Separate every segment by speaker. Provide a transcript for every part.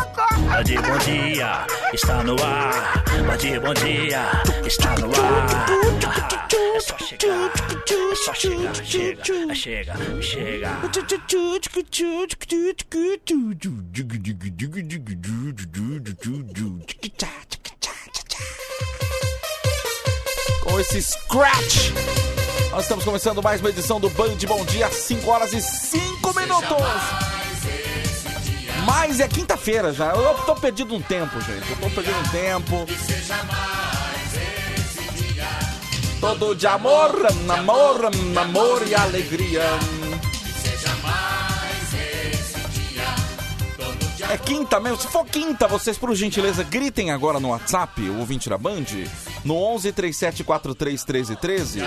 Speaker 1: Band Bom Dia está no ar. Band Bom Dia está no ar. Ah, é só chegar, é só chegar, chega, é chega, chega.
Speaker 2: Com esse scratch, nós estamos começando mais uma edição do Band Bom Dia, às 5 horas e 5 minutos. Mas é quinta-feira já. Eu tô perdido um tempo, gente. Eu tô perdido um tempo. Todo de amor, namoro, namoro e alegria. É quinta mesmo? Se for quinta, vocês, por gentileza, gritem agora no WhatsApp, o ouvinte da Band, no 11 3743 1313.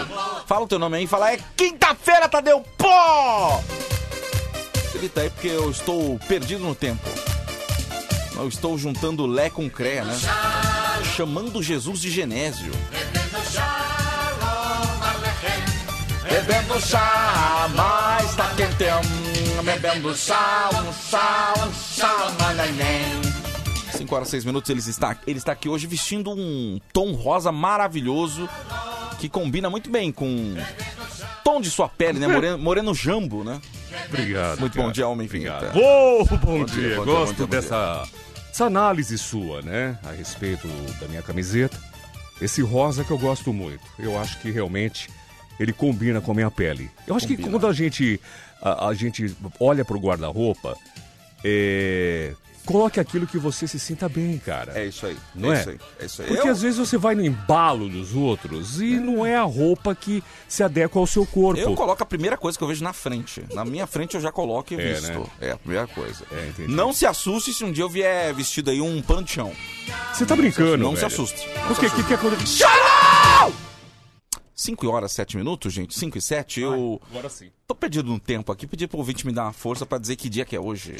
Speaker 2: Fala o teu nome aí e fala: É quinta-feira, Tadeu! Pó! Grita aí porque eu estou perdido no tempo. Eu estou juntando Lé com Cré, né? Chamando Jesus de Genésio. Bebendo chá, mas tá quentão. Bebendo chá, um chá, um chá, mananém. 5 horas, 6 minutos, ele está, ele está aqui hoje vestindo um tom rosa maravilhoso que combina muito bem com o tom de sua pele, né? Moreno, moreno jambo, né?
Speaker 3: Obrigado.
Speaker 2: Muito bom dia, homem vinheta.
Speaker 3: Ô, bom,
Speaker 2: dia,
Speaker 3: dia.
Speaker 2: bom dia,
Speaker 3: Gosto
Speaker 2: bom dia, bom
Speaker 3: dessa essa análise sua, né? A respeito da minha camiseta. Esse rosa que eu gosto muito. Eu acho que realmente ele combina com a minha pele. Eu acho que
Speaker 2: Combina.
Speaker 3: quando a gente, a, a gente olha pro guarda-roupa, é, coloque aquilo que você se sinta bem, cara.
Speaker 2: É isso aí.
Speaker 3: Não
Speaker 2: é,
Speaker 3: é?
Speaker 2: isso aí. É isso aí.
Speaker 3: Porque
Speaker 2: Eu-
Speaker 3: às vezes você vai no embalo dos outros e não é a roupa que se adequa ao seu corpo.
Speaker 2: Eu coloco a primeira coisa que eu vejo na frente. Na minha frente eu já coloco e
Speaker 3: É,
Speaker 2: visto.
Speaker 3: né?
Speaker 2: É a primeira coisa.
Speaker 3: É, entendi.
Speaker 2: não se assuste se um dia eu vier vestido aí um pano de chão.
Speaker 3: Você tá brincando,
Speaker 2: não se
Speaker 3: velho.
Speaker 2: assuste.
Speaker 3: Por quê? O que, é que aconteceu?
Speaker 2: 5 horas, 7 minutos, gente. 5 e 7, eu
Speaker 3: Agora sim.
Speaker 2: tô perdido no tempo aqui. Pedi pro ouvinte me dar uma força pra dizer que dia que é hoje.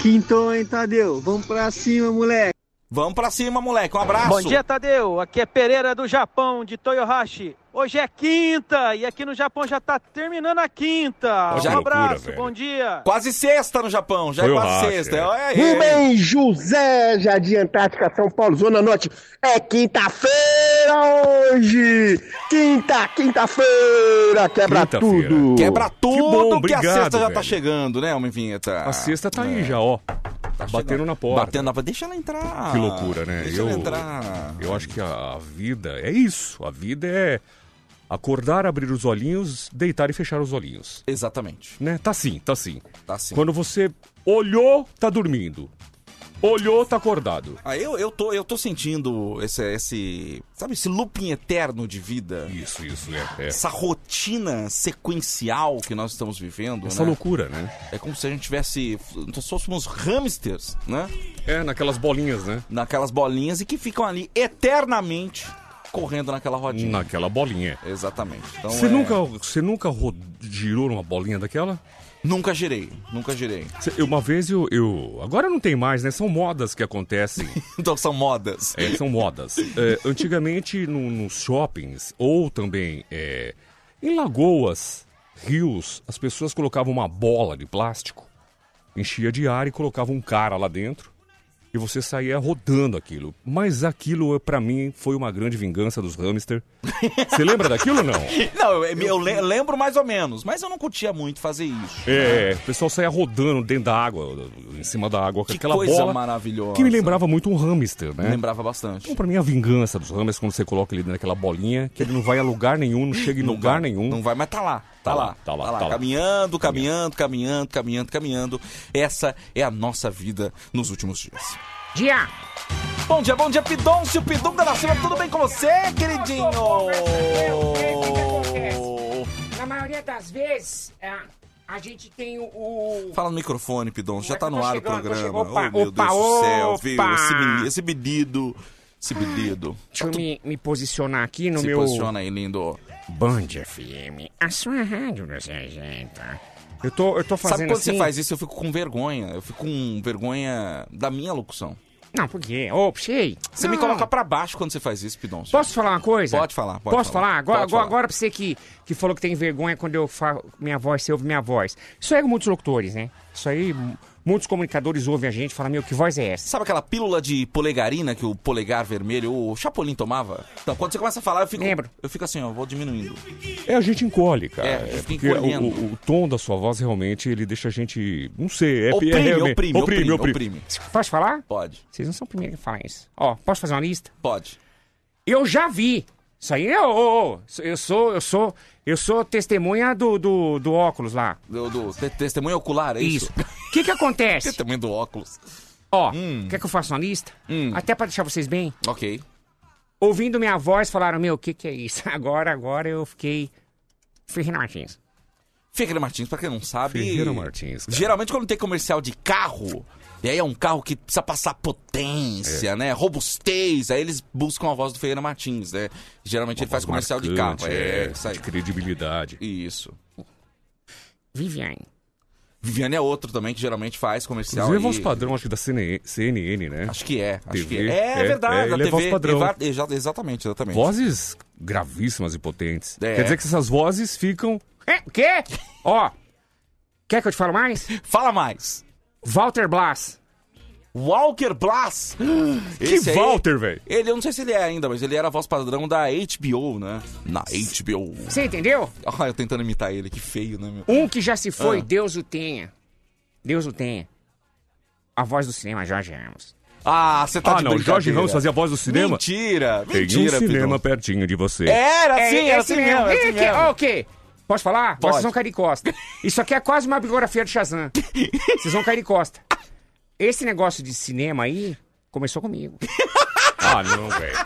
Speaker 4: Quinto, hein, Tadeu? Vamos pra cima, moleque.
Speaker 2: Vamos pra cima, moleque. Um abraço.
Speaker 5: Bom dia, Tadeu. Aqui é Pereira do Japão, de Toyohashi. Hoje é quinta e aqui no Japão já tá terminando a quinta.
Speaker 3: Olha que
Speaker 5: um
Speaker 3: é loucura,
Speaker 5: abraço,
Speaker 3: velho.
Speaker 5: bom dia.
Speaker 2: Quase sexta no Japão. Já é
Speaker 3: Foi o
Speaker 2: quase
Speaker 3: racha,
Speaker 2: sexta.
Speaker 3: é.
Speaker 2: Olha aí.
Speaker 5: Um
Speaker 4: Rubem José, Jardim Antártica, São Paulo, Zona Norte. É quinta-feira hoje! Quinta, quinta-feira, quebra
Speaker 3: Quinta-feira.
Speaker 4: tudo!
Speaker 2: Quebra tudo que,
Speaker 3: bom,
Speaker 2: a
Speaker 3: obrigado,
Speaker 2: sexta já tá
Speaker 3: velho.
Speaker 2: chegando, né, Homem Vinheta?
Speaker 3: A sexta tá aí já, ó. Tá batendo na porta.
Speaker 2: Batendo na porta. Deixa ela entrar.
Speaker 3: Que loucura, né?
Speaker 2: Deixa ela entrar.
Speaker 3: eu acho que a, a vida é isso. A vida é acordar, abrir os olhinhos, deitar e fechar os olhinhos.
Speaker 2: Exatamente.
Speaker 3: Né? Tá sim, tá sim.
Speaker 2: Tá assim.
Speaker 3: Quando você olhou, tá dormindo. Olhou, tá acordado.
Speaker 2: Ah, eu, eu, tô, eu tô sentindo esse, esse. Sabe, esse looping eterno de vida.
Speaker 3: Isso, isso, é. é.
Speaker 2: Essa rotina sequencial que nós estamos vivendo,
Speaker 3: Essa
Speaker 2: né?
Speaker 3: loucura, né?
Speaker 2: É como se a gente tivesse. Nós fôssemos hamsters, né?
Speaker 3: É, naquelas bolinhas, né?
Speaker 2: Naquelas bolinhas e que ficam ali eternamente correndo naquela rodinha.
Speaker 3: Naquela bolinha.
Speaker 2: Exatamente. Então,
Speaker 3: Você
Speaker 2: é,
Speaker 3: nunca, você nunca ro- girou numa bolinha daquela?
Speaker 2: Nunca girei. Nunca girei.
Speaker 3: Cê- eu- Uma vez eu, eu. Agora não tem mais, né? São modas que acontecem.
Speaker 2: Então são modas.
Speaker 3: É, são modas. É, antigamente, no- nos shoppings ou também é, em lagoas, rios, as pessoas colocavam uma bola de plástico, enchia de ar e colocava um cara lá dentro e você saía rodando aquilo. Mas aquilo, é, pra mim, foi uma grande vingança dos hamster. Você lembra daquilo ou não?
Speaker 2: Não, eu, eu le- lembro mais ou menos, mas eu não curtia muito fazer isso.
Speaker 3: É, o pessoal saía rodando dentro da água, em cima da água, com
Speaker 2: Que
Speaker 3: aquela
Speaker 2: coisa
Speaker 3: bola
Speaker 2: maravilhosa.
Speaker 3: que me lembrava muito um hamster, né?
Speaker 2: Lembrava bastante.
Speaker 3: Então, pra mim, a vingança dos Rams é quando você coloca ele naquela bolinha, que ele não vai a lugar nenhum, não chega em lugar
Speaker 2: vai,
Speaker 3: nenhum.
Speaker 2: Não vai, mas tá lá. Tá,
Speaker 3: Tá
Speaker 2: lá,
Speaker 3: lá, tá lá, tá lá.
Speaker 2: Caminhando, caminhando, caminhando, caminhando, caminhando. Essa é a nossa vida nos últimos dias.
Speaker 6: Dia!
Speaker 2: Bom dia, bom dia, Pidoncio, Pidunga da Silva. Tudo bem com você, queridinho?
Speaker 6: Na maioria das vezes, é, a gente tem o. o-
Speaker 2: Fala no microfone, Pidoncio. Já tá
Speaker 6: Tô
Speaker 2: no ar o
Speaker 6: chegando, tô
Speaker 2: programa.
Speaker 6: chegando. Opa,
Speaker 2: oh, meu Deus do
Speaker 6: opa,
Speaker 2: céu, viu?
Speaker 6: opa.
Speaker 2: Esse meni- Esse pedido, esse pedido.
Speaker 6: Deixa eu me, me posicionar aqui no
Speaker 2: Se
Speaker 6: Ah, meu.
Speaker 2: posiciona aí, lindo.
Speaker 6: Band FM. A sua rádio, meu sargento. Eu tô, eu tô fazendo
Speaker 2: Sabe quando
Speaker 6: assim.
Speaker 2: você faz isso, eu fico com vergonha. Eu fico com vergonha da minha locução.
Speaker 6: Não, por quê? Ô, sei.
Speaker 2: Você me coloca pra baixo quando você faz isso, Pidoncio.
Speaker 6: Posso falar uma coisa?
Speaker 2: Pode falar, pode
Speaker 6: Posso
Speaker 2: falar.
Speaker 6: falar? Agora,
Speaker 2: Pode
Speaker 6: agora,
Speaker 2: falar.
Speaker 6: agora pra você que, que falou que tem vergonha quando eu falo minha voz, você ouve minha voz. Isso aí é muitos locutores, né? Isso aí, mu-
Speaker 3: Muitos comunicadores ouvem a gente e falam, meu, que voz é essa?
Speaker 2: Sabe aquela pílula de polegarina que o polegar vermelho, o Chapolin tomava? Então, quando você começa a falar, eu fico.
Speaker 6: Lembro.
Speaker 2: Eu fico assim, ó, vou diminuindo.
Speaker 3: É, a gente encolhe, cara.
Speaker 2: É,
Speaker 3: É,
Speaker 2: fica
Speaker 3: porque o,
Speaker 2: encolhendo.
Speaker 3: o- o tom da sua voz realmente, ele deixa a gente, não sei, é
Speaker 2: Oprime,
Speaker 3: é, realmente-
Speaker 2: oprime, oprime, oprime,
Speaker 6: Posso falar?
Speaker 2: Pode,
Speaker 6: Vocês não são o primeiro que falam isso. Ó, posso fazer uma lista?
Speaker 2: pode.
Speaker 6: Eu já vi. Isso aí é. ô, ô, ô, eu sou, eu sou, eu sou testemunha do, do, do óculos lá.
Speaker 2: Do, do te- testemunho ocular, é isso?
Speaker 6: Isso. O que que acontece?
Speaker 2: Testemunho do óculos.
Speaker 6: Ó,
Speaker 3: Hum.
Speaker 6: quer que eu faça uma lista? Até pra deixar vocês bem.
Speaker 2: Ok.
Speaker 6: Ouvindo minha voz, falaram, meu, o que que é isso? Agora, agora eu fiquei... Ferreira Martins.
Speaker 2: Ferreira Martins, pra quem não sabe.
Speaker 3: Ferreira Martins, cara.
Speaker 2: Geralmente quando tem comercial de carro, e aí é um carro que precisa passar
Speaker 3: É.
Speaker 2: potência, né? Robustez, aí eles buscam a voz do Ferreira Martins, né? Geralmente ele faz comercial de carro.
Speaker 3: Marcante,
Speaker 2: É, isso aí.
Speaker 3: de credibilidade.
Speaker 2: Isso.
Speaker 6: Viviane.
Speaker 2: Viviane é outro também que geralmente faz comercial.
Speaker 3: Inclusive, é
Speaker 2: e-
Speaker 3: voz padrão, acho que da CNN, CNN né?
Speaker 2: Acho que é. Acho
Speaker 3: TV,
Speaker 2: que é. É,
Speaker 3: é,
Speaker 2: verdade,
Speaker 3: é,
Speaker 2: da
Speaker 3: ele é
Speaker 2: TV.
Speaker 3: voz padrão.
Speaker 2: eva- exa- Exatamente, exatamente.
Speaker 3: Vozes gravíssimas e potentes.
Speaker 2: É.
Speaker 3: Quer dizer que essas vozes ficam...
Speaker 6: É, o quê? Ó, quer que eu te fale mais?
Speaker 2: Fala mais.
Speaker 6: Walter Blas.
Speaker 2: Walker Blas.
Speaker 3: Que Walter, velho!
Speaker 2: Ele, eu não sei se ele é ainda, mas ele era a voz padrão da HBO, né? Na HBO.
Speaker 6: Você entendeu?
Speaker 2: Ah, eu tentando imitar ele, que feio, né, meu?
Speaker 6: Um que já se
Speaker 3: Ah.
Speaker 6: foi, Deus o tenha. Deus o tenha. A voz do cinema, Jorge Ramos.
Speaker 2: Ah, você tá
Speaker 3: Ah,
Speaker 2: de
Speaker 3: não,
Speaker 2: brincadeira.
Speaker 3: Jorge Ramos fazia a voz do cinema?
Speaker 2: Mentira,
Speaker 3: Tem um
Speaker 2: mentira,
Speaker 3: cinema
Speaker 2: Pedro.
Speaker 3: pertinho de você.
Speaker 2: Era assim, era
Speaker 6: esse
Speaker 2: assim mesmo, era assim
Speaker 6: Ih, que-
Speaker 2: mesmo.
Speaker 6: ó, o quê? Posso falar?
Speaker 2: Pode.
Speaker 6: Vocês vão cair de costa. Isso aqui é quase uma biografia de Shazam. Vocês vão cair de costa. Esse negócio de cinema aí começou comigo.
Speaker 3: Ah, não, velho.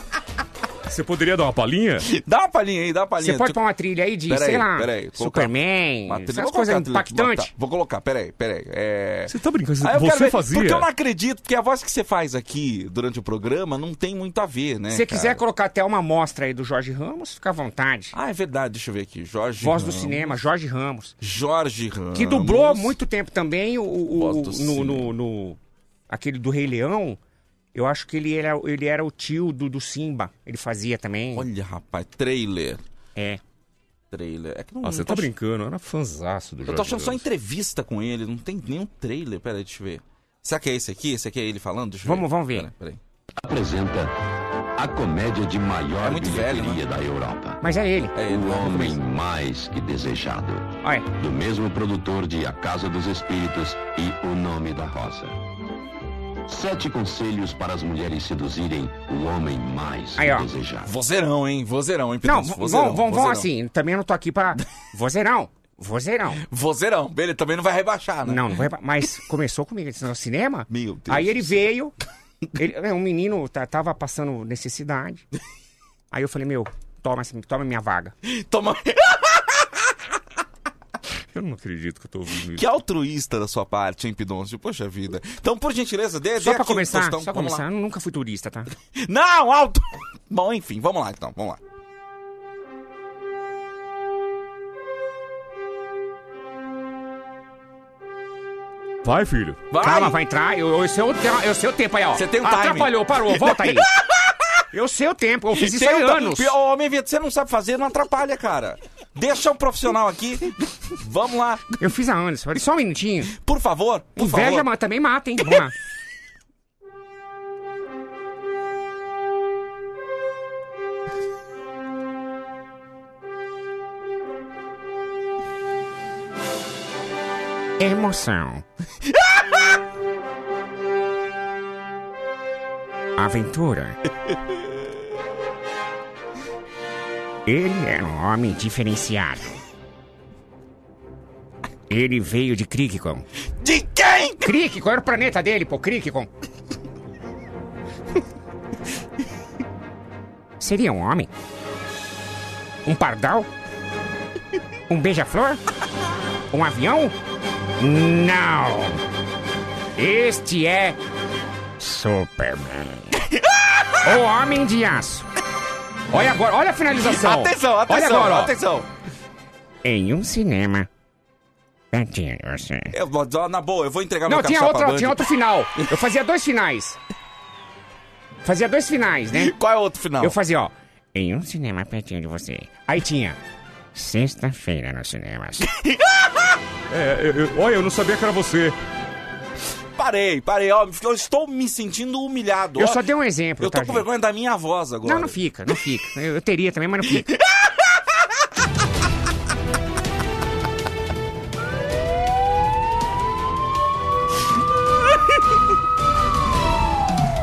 Speaker 3: Você poderia dar uma palhinha?
Speaker 2: Dá uma palhinha aí, dá uma palhinha.
Speaker 6: Você pode pôr uma trilha aí de,
Speaker 2: Pera
Speaker 6: sei
Speaker 2: aí,
Speaker 6: lá,
Speaker 2: pera aí, vou colocar-
Speaker 6: Superman,
Speaker 2: Uma trilha-
Speaker 6: essas
Speaker 2: vou
Speaker 6: coisas
Speaker 2: colocar a trilha-
Speaker 6: impactantes.
Speaker 2: Tá, Vou colocar, peraí, peraí. É...
Speaker 3: Você tá brincando?
Speaker 2: Ah, eu quero
Speaker 3: você
Speaker 2: ver,
Speaker 3: fazia?
Speaker 2: Porque eu não acredito, porque a voz que você faz aqui durante o programa não tem muito a ver, né?
Speaker 6: Se você quiser
Speaker 2: cara?
Speaker 6: colocar até uma amostra aí do Jorge Ramos, fica à vontade.
Speaker 2: Ah, é verdade, deixa eu ver aqui. Jorge.
Speaker 6: Voz do
Speaker 2: Ramos.
Speaker 6: cinema, Jorge Ramos.
Speaker 2: Jorge Ramos.
Speaker 6: Que dublou há muito tempo também o, o-
Speaker 2: Voz do
Speaker 6: no-
Speaker 2: cinema.
Speaker 6: no, no- aquele do Rei Leão. Eu acho que ele era, ele era o tio do, do Simba. Ele fazia também.
Speaker 2: Olha, rapaz, trailer.
Speaker 6: É.
Speaker 2: Trailer. É que não.
Speaker 3: Ah, você
Speaker 2: não
Speaker 3: tá
Speaker 2: tô ach-
Speaker 3: brincando, eu era fanzaço do Jorge
Speaker 2: Eu tô achando só
Speaker 3: Ramos.
Speaker 2: entrevista com ele, não tem nenhum trailer. Pera aí, deixa eu ver. Será que é esse aqui? Esse aqui é ele falando? Deixa eu
Speaker 6: Vamos-
Speaker 2: ver.
Speaker 6: vamos ver.
Speaker 2: Pera, pera aí.
Speaker 7: apresenta a comédia de maior
Speaker 2: É muito velho,
Speaker 7: bilheteria da Europa.
Speaker 6: Mas é ele.
Speaker 2: É ele.
Speaker 7: O
Speaker 2: né?
Speaker 7: homem mais que desejado.
Speaker 6: Olha.
Speaker 7: Do mesmo produtor de A Casa dos Espíritos e O Nome da Rosa. Sete conselhos para as mulheres seduzirem o homem mais
Speaker 6: Aí,
Speaker 7: que
Speaker 6: ó.
Speaker 7: desejado.
Speaker 2: Vozeirão, hein? Vozeirão, hein,
Speaker 6: Não,
Speaker 2: Pedro?
Speaker 6: vão,
Speaker 2: tá vozeirão,
Speaker 6: vão, vão
Speaker 2: vozeirão.
Speaker 6: assim. Também eu não tô aqui pra. Vozeirão. Vozeirão.
Speaker 2: Vozeirão. Ele também não vai rebaixar, né?
Speaker 6: Não, não vai. pra- Mas começou comigo. Ele disse, "Não, cinema?
Speaker 2: Meu Deus
Speaker 6: Aí
Speaker 2: do
Speaker 6: ele veio. ele- é, um menino ta- tava passando necessidade. Aí eu falei, meu, toma, essa- toma minha vaga.
Speaker 2: Toma.
Speaker 3: Eu não acredito que eu tô ouvindo isso.
Speaker 2: Que altruísta da sua parte, hein, Pidoncio? Poxa vida. Então, por gentileza, dê, dê
Speaker 6: Só pra
Speaker 2: aqui um
Speaker 6: começar,
Speaker 2: tostão.
Speaker 6: só pra
Speaker 2: Vamos lá.
Speaker 6: começar. Eu nunca fui turista, tá?
Speaker 2: Não, alto! Bom, enfim, vamos lá então, vamos lá.
Speaker 3: Vai, filho.
Speaker 2: Vai!
Speaker 6: Calma, vai entrar. Eu, eu, sei o te- eu sei o tempo aí, ó.
Speaker 2: Você tem um timing.
Speaker 6: Atrapalhou, parou, volta aí. eu sei o tempo, eu fiz isso há
Speaker 2: Tem um ta-
Speaker 6: anos.
Speaker 2: Ô, homem, Vitor, você não sabe fazer, não atrapalha, cara. Deixa o profissional aqui. Vamos lá.
Speaker 6: Eu fiz há anos. Falei, só um minutinho.
Speaker 2: Por favor, por
Speaker 6: Inveja
Speaker 2: favor.
Speaker 6: mas também mata, hein? Vamos lá. Emoção. Aventura. Ele era um homem diferenciado. Ele veio de Krikon.
Speaker 2: De quem?
Speaker 6: Crick, qual era o planeta dele, pô? Crickon. Seria um homem? Um pardal? Um beija-flor? Um avião? Não! Este é. Superman. o Homem de Aço. Olha agora, olha a finalização.
Speaker 2: Atenção,
Speaker 6: Olha
Speaker 2: atenção,
Speaker 6: agora, ó.
Speaker 2: atenção.
Speaker 6: Em um cinema. Pertinho de você.
Speaker 2: Eu, vou- ó, na boa, eu vou entregar
Speaker 6: Não,
Speaker 2: meu
Speaker 6: tinha,
Speaker 2: cachorro pra
Speaker 6: outra,
Speaker 2: Band.
Speaker 6: tinha outro final. Eu fazia dois finais. Fazia dois finais, né?
Speaker 2: Qual é o outro final?
Speaker 6: Eu fazia, ó. Em um cinema pertinho de você. Aí tinha. Sexta-feira nos cinemas.
Speaker 3: É, eu- eu- olha, eu não sabia que era você.
Speaker 2: parei, parei. Ó, eu estou me sentindo humilhado.
Speaker 3: Eu
Speaker 2: Ó,
Speaker 3: só dei um exemplo,
Speaker 2: eu tô
Speaker 3: tá,
Speaker 2: com
Speaker 3: gente?
Speaker 2: vergonha da minha voz agora.
Speaker 3: Não, não fica, não fica. Eu, eu teria também, mas não fica.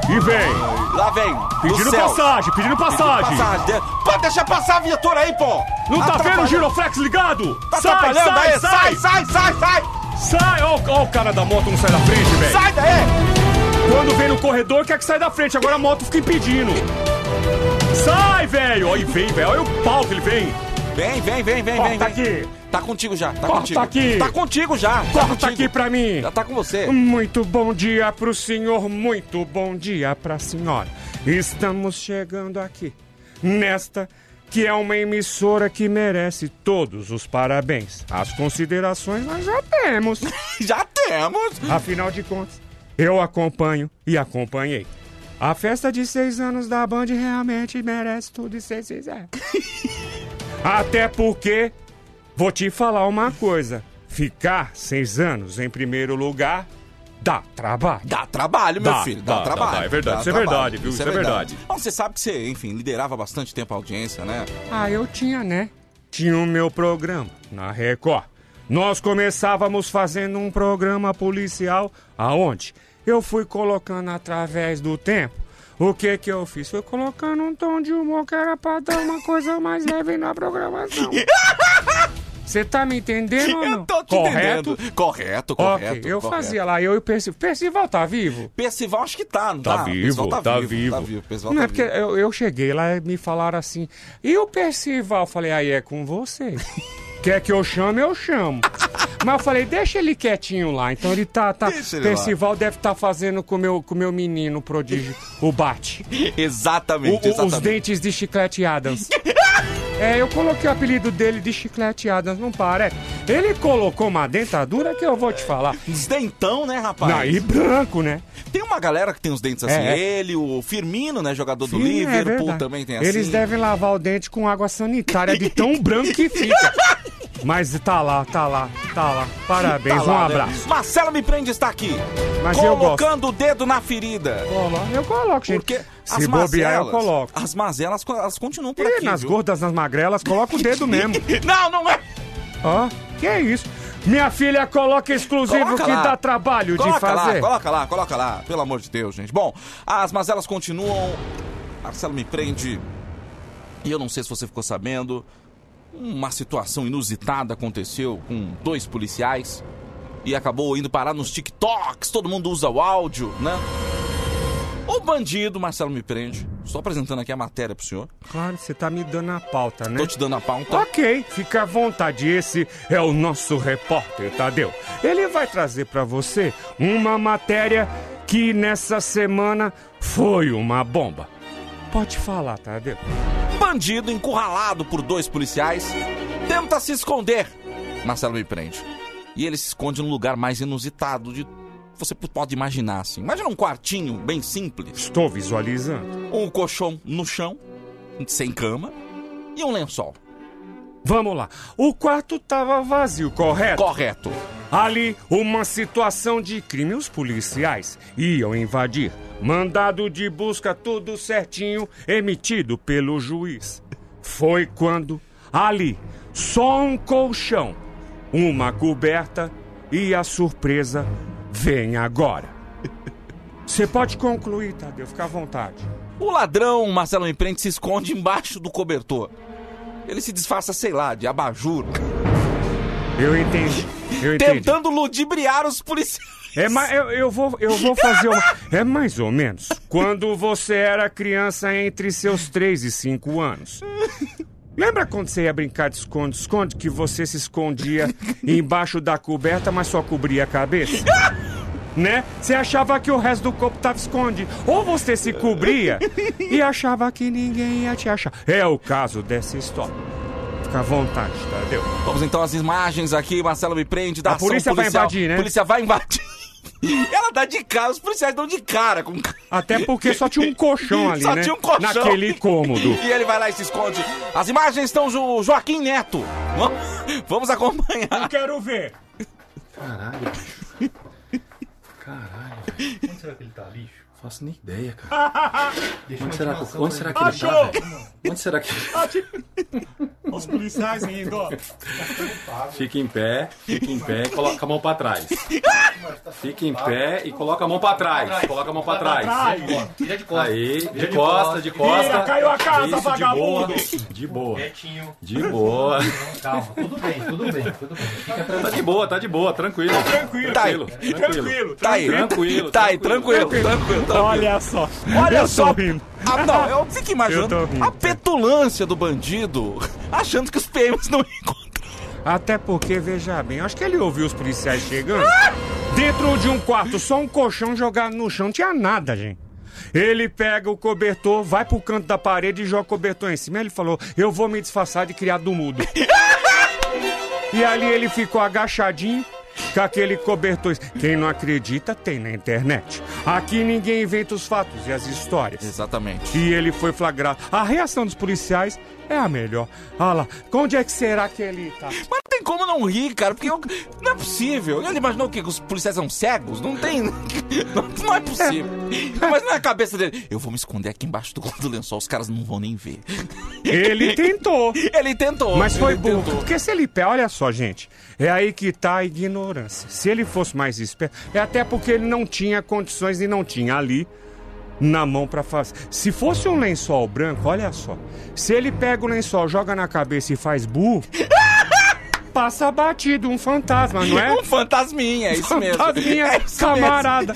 Speaker 8: E vem,
Speaker 2: Lá vem.
Speaker 8: pedindo
Speaker 2: do céu.
Speaker 8: passagem, pedindo passagem.
Speaker 2: Passagem. De- Pô, deixa passar a viatura aí, pô.
Speaker 8: Não tá vendo o
Speaker 2: Atrapalhando.
Speaker 8: giroflex ligado?
Speaker 2: Tá
Speaker 8: sai,
Speaker 2: atrapalhando
Speaker 8: sai,
Speaker 2: aí. Sai, sai, sai, sai.
Speaker 8: sai. Ó, o- ó o cara da moto não sai da frente, velho.
Speaker 2: Sai daí.
Speaker 8: Quando vem no corredor, quer que saia da frente. Agora a moto fica impedindo. Sai, velho. Ó, e vem, velho. Olha o pau que ele vem.
Speaker 2: Vem, vem, vem, vem,
Speaker 8: Ó,
Speaker 2: vem.
Speaker 8: tá
Speaker 2: vem.
Speaker 8: aqui.
Speaker 2: Tá contigo já, tá
Speaker 8: Corta
Speaker 2: contigo.
Speaker 8: aqui.
Speaker 2: Tá contigo já. tá
Speaker 8: Corta
Speaker 2: contigo.
Speaker 8: aqui pra mim. Hum.
Speaker 2: Já tá com você.
Speaker 3: Muito bom dia pro senhor, muito bom dia pra senhora. Estamos chegando aqui nesta que é uma emissora que merece todos os parabéns. As considerações nós já temos.
Speaker 2: Já temos.
Speaker 8: Ah.
Speaker 3: Afinal de contas, eu acompanho e acompanhei. A festa de seis anos da Band realmente merece tudo e se fizer. Até porque, vou te falar uma coisa: ficar seis anos em primeiro lugar dá trabalho.
Speaker 2: Dá trabalho, meu
Speaker 8: Dá,
Speaker 2: filho.
Speaker 8: dá,
Speaker 2: Dá,
Speaker 8: dá,
Speaker 2: trabalho.
Speaker 8: dá, é verdade,
Speaker 2: Dá
Speaker 8: isso é
Speaker 2: trabalho,
Speaker 8: verdade, viu? Isso é verdade.
Speaker 2: Bom, você sabe que você, enfim, liderava bastante tempo a audiência, né?
Speaker 3: Ah, eu tinha, né? Tinha o meu programa na Record. Nós começávamos fazendo um programa policial aonde eu fui colocando através do tempo. O que que eu fiz? Fui colocando um tom de humor que era pra dar uma coisa mais leve na programação. Você tá me entendendo
Speaker 8: Hum.
Speaker 3: ou não?
Speaker 2: Eu tô te
Speaker 3: Correto?
Speaker 2: entendendo. Correto,
Speaker 3: Ok,
Speaker 2: correto.
Speaker 3: eu
Speaker 2: correto.
Speaker 3: fazia lá, eu e o Percival. Percival tá vivo?
Speaker 2: Percival acho que tá, não
Speaker 8: Tá
Speaker 2: tá?
Speaker 8: vivo,
Speaker 2: Percival
Speaker 8: tá
Speaker 2: Tá
Speaker 8: vivo.
Speaker 2: vivo, Percival
Speaker 3: Não,
Speaker 2: tá
Speaker 3: é porque
Speaker 2: vivo.
Speaker 3: eu, eu cheguei lá e me falaram assim, e o Percival? Eu falei, aí é com você. Quer que eu chame, eu chamo. Mas eu falei, deixa ele quietinho lá. Então ele tá. tá
Speaker 2: Deixa ele lá.
Speaker 3: Percival deve estar fazendo com meu, o com meu menino prodígio, o Bate. O-
Speaker 2: Exatamente,
Speaker 3: o- os
Speaker 2: exatamente.
Speaker 3: dentes de Chiclete Adams. É, eu coloquei o apelido dele de Chiclete Adams, não para. é. Ele colocou uma dentadura que eu vou te falar.
Speaker 2: Os dentão, né, rapaz?
Speaker 3: Não, e branco, né?
Speaker 2: Tem uma galera que tem os dentes assim.
Speaker 3: É, é.
Speaker 2: Ele, o Firmino, né, jogador do
Speaker 3: Sim, é
Speaker 2: Liverpool,
Speaker 3: verdade.
Speaker 2: também tem assim.
Speaker 3: Eles devem lavar o dente com água sanitária de tão branco que fica. Mas tá lá, tá lá, tá lá. Parabéns,
Speaker 2: Tá lá,
Speaker 3: um
Speaker 2: né?
Speaker 3: abraço.
Speaker 2: Marcelo me prende está aqui.
Speaker 3: Mas eu
Speaker 2: colocando o dedo na ferida.
Speaker 3: Colo- Eu coloco, gente.
Speaker 2: Porque
Speaker 3: Se bobear, eu coloco.
Speaker 2: As mazelas, co- elas continuam por
Speaker 3: E
Speaker 2: aqui.
Speaker 3: nas
Speaker 2: viu?
Speaker 3: gordas, nas magrelas, coloca o dedo mesmo.
Speaker 2: Não, não é.
Speaker 3: Ó, que é isso. Minha filha coloca exclusivo
Speaker 2: Coloca
Speaker 3: que
Speaker 2: lá.
Speaker 3: dá trabalho
Speaker 2: Coloca
Speaker 3: de fazer.
Speaker 2: lá, coloca lá, coloca lá. Pelo amor de Deus, gente. Bom, as mazelas continuam. Marcelo me prende. E eu não sei se você ficou sabendo. Uma situação inusitada aconteceu com dois policiais. E acabou indo parar nos TikToks. Todo mundo usa o áudio, né? O bandido, Marcelo me prende. Estou apresentando aqui a matéria pro senhor.
Speaker 3: Claro, você tá me dando a pauta, né?
Speaker 2: Tô te dando a pauta.
Speaker 3: Ok, fica à vontade. Esse é o nosso repórter Tadeu. Ele vai trazer pra você uma matéria que nessa semana foi uma bomba. Pode falar, Tadeu.
Speaker 2: Bandido encurralado por dois policiais tenta se esconder. Marcelo me prende. E ele se esconde no lugar mais inusitado de você pode imaginar assim. Imagina um quartinho bem simples,
Speaker 3: Estou visualizando.
Speaker 2: um colchão no chão, sem cama e um lençol.
Speaker 3: Vamos lá. O quarto tava vazio, correto?
Speaker 2: Correto.
Speaker 3: Ali, uma situação de crime. Os policiais iam invadir. Mandado de busca tudo certinho, emitido pelo juiz. Foi quando, ali, só um colchão, uma coberta e a surpresa vem agora. Você pode concluir, Tadeu, fica à vontade.
Speaker 2: O ladrão, Marcelo me prende, se esconde embaixo do cobertor. Ele se disfarça, sei lá, de abajur,
Speaker 3: Eu entendi. Eu entendi.
Speaker 2: tentando ludibriar os policiais.
Speaker 3: É, ma- eu, eu, vou, eu vou fazer uma. É mais ou menos. Quando você era criança entre seus 3 e 5 anos. Lembra quando você ia brincar de esconde-esconde que você se escondia embaixo da coberta, mas só cobria a cabeça? Né? Você achava que o resto do corpo tava escondido. Ou você se cobria e achava que ninguém ia te achar. É o caso dessa história. Fica à vontade, tá? Tadeu.
Speaker 2: Vamos então às imagens aqui, Marcelo me prende, da
Speaker 3: A
Speaker 2: ação
Speaker 3: polícia vai
Speaker 2: policial.
Speaker 3: invadir, né?
Speaker 2: A polícia vai invadir. Ela dá de cara, os policiais dão de cara com o cara.
Speaker 3: Até porque só tinha um colchão ali,
Speaker 2: Só
Speaker 3: né?
Speaker 2: tinha um colchão.
Speaker 3: Naquele cômodo.
Speaker 2: E ele vai lá e se esconde. As imagens estão do Joaquim Neto. Vamos- Vamos acompanhar.
Speaker 3: Quero ver.
Speaker 9: Caralho, bicho.
Speaker 1: Onde será que ele tá? Lixo? Faço nem ideia, cara. onde, será que, onde será que ele tá?
Speaker 10: Achou!
Speaker 1: velho? Onde será que.
Speaker 10: Os policiais rindo, ó.
Speaker 1: Fica em pé, fica em pé e coloca a mão pra trás. Fica em pé e coloca a mão pra trás. Coloca a mão pra trás.
Speaker 10: Atrás.
Speaker 11: Tira de costas.
Speaker 1: Aí, de costa, de
Speaker 10: Vira,
Speaker 1: costa.
Speaker 10: caiu a casa,
Speaker 1: Isso, de boa.
Speaker 10: vagabundo.
Speaker 1: De boa,
Speaker 11: Quietinho.
Speaker 1: de boa.
Speaker 11: Calma. Tudo bem, tudo bem, tudo bem. Fica tranquilo.
Speaker 1: Tá de boa, tá de boa, tranquilo.
Speaker 10: Tranquilo.
Speaker 1: Tranquilo,
Speaker 10: Tranquilo.
Speaker 2: Tá aí.
Speaker 1: Tranquilo,
Speaker 2: Tá aí, tranquilo, tranquilo. tranquilo.
Speaker 3: Olha só.
Speaker 2: Olha
Speaker 3: eu
Speaker 2: só.
Speaker 3: Tô rindo.
Speaker 2: Ah, não, eu fico
Speaker 3: Eu tô
Speaker 2: imaginando
Speaker 3: rindo.
Speaker 2: a petulância do bandido achando que os PMs não encontram.
Speaker 3: Até porque, veja bem, acho que ele ouviu os policiais chegando. Dentro de um quarto, só um colchão jogado no chão, não tinha nada, gente. Ele pega o cobertor, vai pro canto da parede e joga o cobertor em cima. Ele falou: Eu vou me disfarçar de criado do mudo. e ali ele ficou agachadinho com aquele cobertor. Quem não acredita, tem na internet. Aqui ninguém inventa os fatos e as histórias.
Speaker 2: Exatamente.
Speaker 3: E ele foi flagrado. A reação dos policiais é a melhor. Olha lá, onde é que será que ele tá?
Speaker 2: Mas não tem como não rir, cara, porque eu- não é possível. Ele imaginou o quê? Que os policiais são cegos? Não tem. né? Não é possível. Mas na cabeça dele, eu vou me esconder aqui embaixo do, do lençol, os caras não vão nem ver.
Speaker 3: Ele tentou.
Speaker 2: Ele tentou.
Speaker 3: Mas foi
Speaker 2: ele
Speaker 3: burro.
Speaker 2: tentou.
Speaker 3: Porque se ele pé, olha só, gente. É aí que tá a ignorância. Se ele fosse mais esperto, é até porque ele não tinha condições e não tinha ali na mão pra fazer. Se fosse um lençol branco, olha só. Se ele pega o lençol, joga na cabeça e faz burro, passa batido um fantasma, não é?
Speaker 2: Um fantasminha, é isso mesmo.
Speaker 3: Fantasminha,
Speaker 2: É isso mesmo.
Speaker 3: camarada.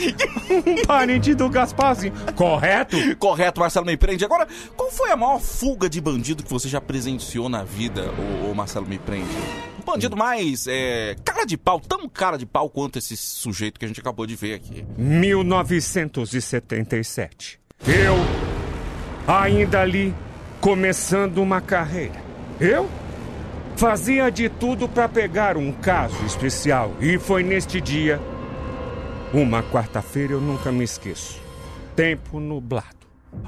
Speaker 3: Um parente do Gasparzinho. Correto?
Speaker 2: Correto, Marcelo Me Prende. Agora, qual foi a maior fuga de bandido que você já presenciou na vida, o, Marcelo Me Prende? Um
Speaker 3: Hum.
Speaker 2: bandido mais é, cara de pau, tão cara de pau quanto esse sujeito que a gente acabou de ver aqui.
Speaker 3: 1977. Eu, ainda ali, começando uma carreira. Eu fazia de tudo para pegar um caso especial. E foi neste dia, uma quarta-feira, eu nunca me esqueço. Tempo nublado.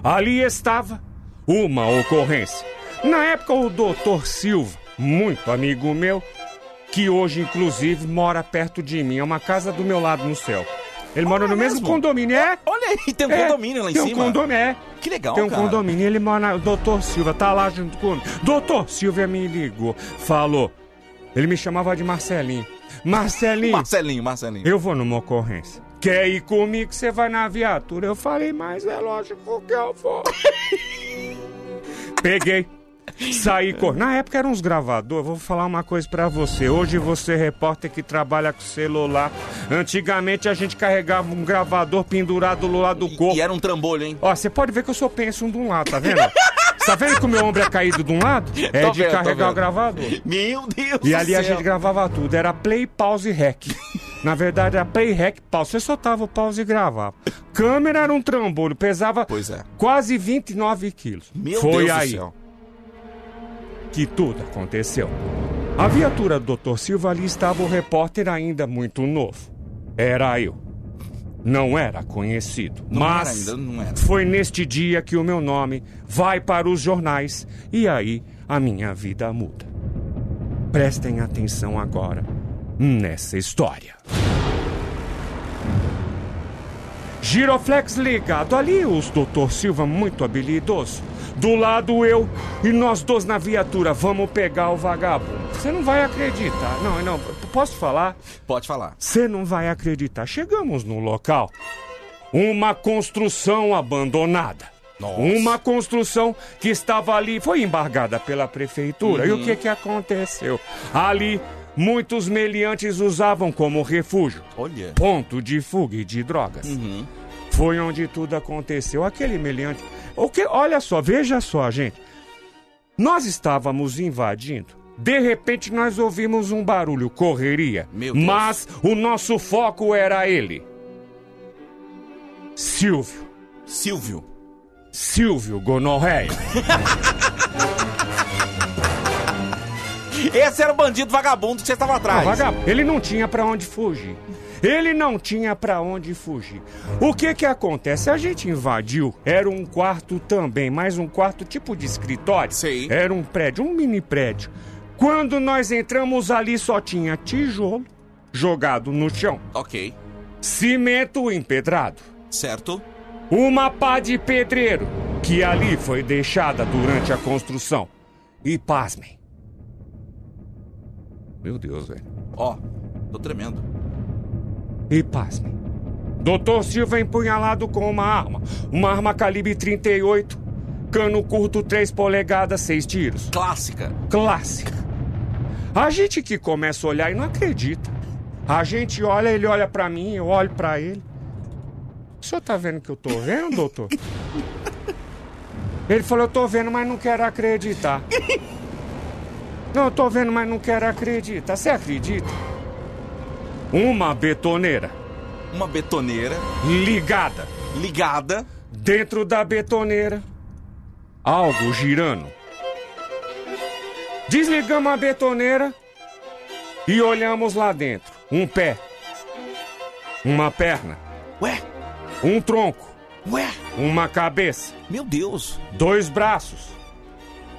Speaker 3: Ali estava uma ocorrência. Na época, o doutor Silva, muito amigo meu, que hoje, inclusive, mora perto de mim. É uma casa do meu lado no céu. Ele mora
Speaker 2: Ah,
Speaker 3: no
Speaker 2: é
Speaker 3: mesmo
Speaker 2: mesmo?
Speaker 3: condomínio, é?
Speaker 2: Olha aí, tem um
Speaker 3: É,
Speaker 2: condomínio lá em
Speaker 3: tem
Speaker 2: cima.
Speaker 3: um condomínio, é.
Speaker 2: Que legal,
Speaker 3: Tem um
Speaker 2: cara.
Speaker 3: condomínio, ele mora... O doutor Silva tá lá junto comigo. Doutor Silva me ligou, falou. Ele me chamava de Marcelinho. Marcelinho,
Speaker 2: Marcelinho, Marcelinho.
Speaker 3: eu vou numa ocorrência. Quer ir comigo? Você vai na viatura. Eu falei, mas é lógico que eu vou. Peguei. Saí cor. Na época era uns gravador. Vou falar uma coisa pra você. Hoje você é repórter que trabalha com celular. Antigamente a gente carregava um gravador pendurado do lado do corpo.
Speaker 2: E era um trambolho, hein?
Speaker 3: Ó, você pode ver que eu sou penso de um lado, tá vendo? tá vendo que o meu ombro é caído de um lado? É
Speaker 2: Tô
Speaker 3: de
Speaker 2: vendo, tô
Speaker 3: carregar o
Speaker 2: vendo.
Speaker 3: gravador.
Speaker 2: Meu Deus
Speaker 3: E
Speaker 2: do
Speaker 3: ali a
Speaker 2: céu.
Speaker 3: gente gravava tudo, era play, pause e rec. Na verdade, era play, rec, pause. Você soltava o pause e gravava. Câmera era um trambolho, pesava
Speaker 2: Pois é.
Speaker 3: quase 29 quilos.
Speaker 2: Meu
Speaker 3: Foi
Speaker 2: Deus
Speaker 3: aí
Speaker 2: do céu.
Speaker 3: que tudo aconteceu. A viatura do Dr. Silva ali estava o repórter ainda muito novo. Era eu. Não era conhecido,
Speaker 2: Não
Speaker 3: mas
Speaker 2: era ainda, não era.
Speaker 3: foi neste dia que o meu nome vai para os jornais e aí a minha vida muda. Prestem atenção agora nessa história. Giroflex ligado ali, os doutor Silva muito habilidoso. Do lado eu e nós dois na viatura, vamos pegar o vagabundo. Você não vai acreditar. Não, não, posso falar?
Speaker 2: Pode falar.
Speaker 3: Você não vai acreditar. Chegamos no local. Uma construção abandonada. Uma construção que estava ali, foi embargada pela prefeitura. E o que, que aconteceu? Ali, muitos meliantes usavam como refúgio
Speaker 2: Olha.
Speaker 3: ponto de fuga e de drogas.
Speaker 2: Uhum.
Speaker 3: Foi onde tudo aconteceu. Aquele meliante. O que, olha só, veja só, gente. Nós estávamos invadindo. De repente nós ouvimos um barulho, correria.
Speaker 2: Meu Deus.
Speaker 3: mas o nosso foco era ele. Silvio.
Speaker 2: Silvio.
Speaker 3: Silvio Gonorreia.
Speaker 2: Esse era o bandido vagabundo que você estava
Speaker 3: Não,
Speaker 2: atrás.
Speaker 3: vagabundo. Ah, Ele não tinha pra onde fugir. Ele não tinha pra onde fugir. O que que acontece? A gente invadiu. Era um quarto também, mais um quarto tipo de escritório.
Speaker 2: Sei.
Speaker 3: Era um prédio, um mini prédio. Quando nós entramos ali só tinha tijolo jogado no chão.
Speaker 2: Ok.
Speaker 3: cimento empedrado.
Speaker 2: Certo.
Speaker 3: Uma pá de pedreiro que ali foi deixada durante a construção. E pasmem. Meu Deus, velho.
Speaker 2: Ó, tô tremendo.
Speaker 3: E pasmem. Doutor Silva é empunhalado com uma arma. Uma arma calibre 38. Cano curto 3 polegadas, 6 tiros.
Speaker 2: Clássica.
Speaker 3: Clássica. A gente que começa a olhar e não acredita. A gente olha, ele olha pra mim, eu olho pra ele. O senhor tá vendo o que eu tô vendo, doutor? Ele falou, eu tô vendo, mas não quero acreditar. Não, eu tô vendo, mas não quero acreditar. Você acredita? Uma betoneira
Speaker 2: Uma betoneira
Speaker 3: ligada.
Speaker 2: ligada.
Speaker 3: Dentro da betoneira, algo girando. Desligamos a betoneira e olhamos lá dentro. Um pé, uma perna,
Speaker 2: Ué,
Speaker 3: um tronco,
Speaker 2: ué,
Speaker 3: uma cabeça,
Speaker 2: meu Deus.
Speaker 3: dois braços.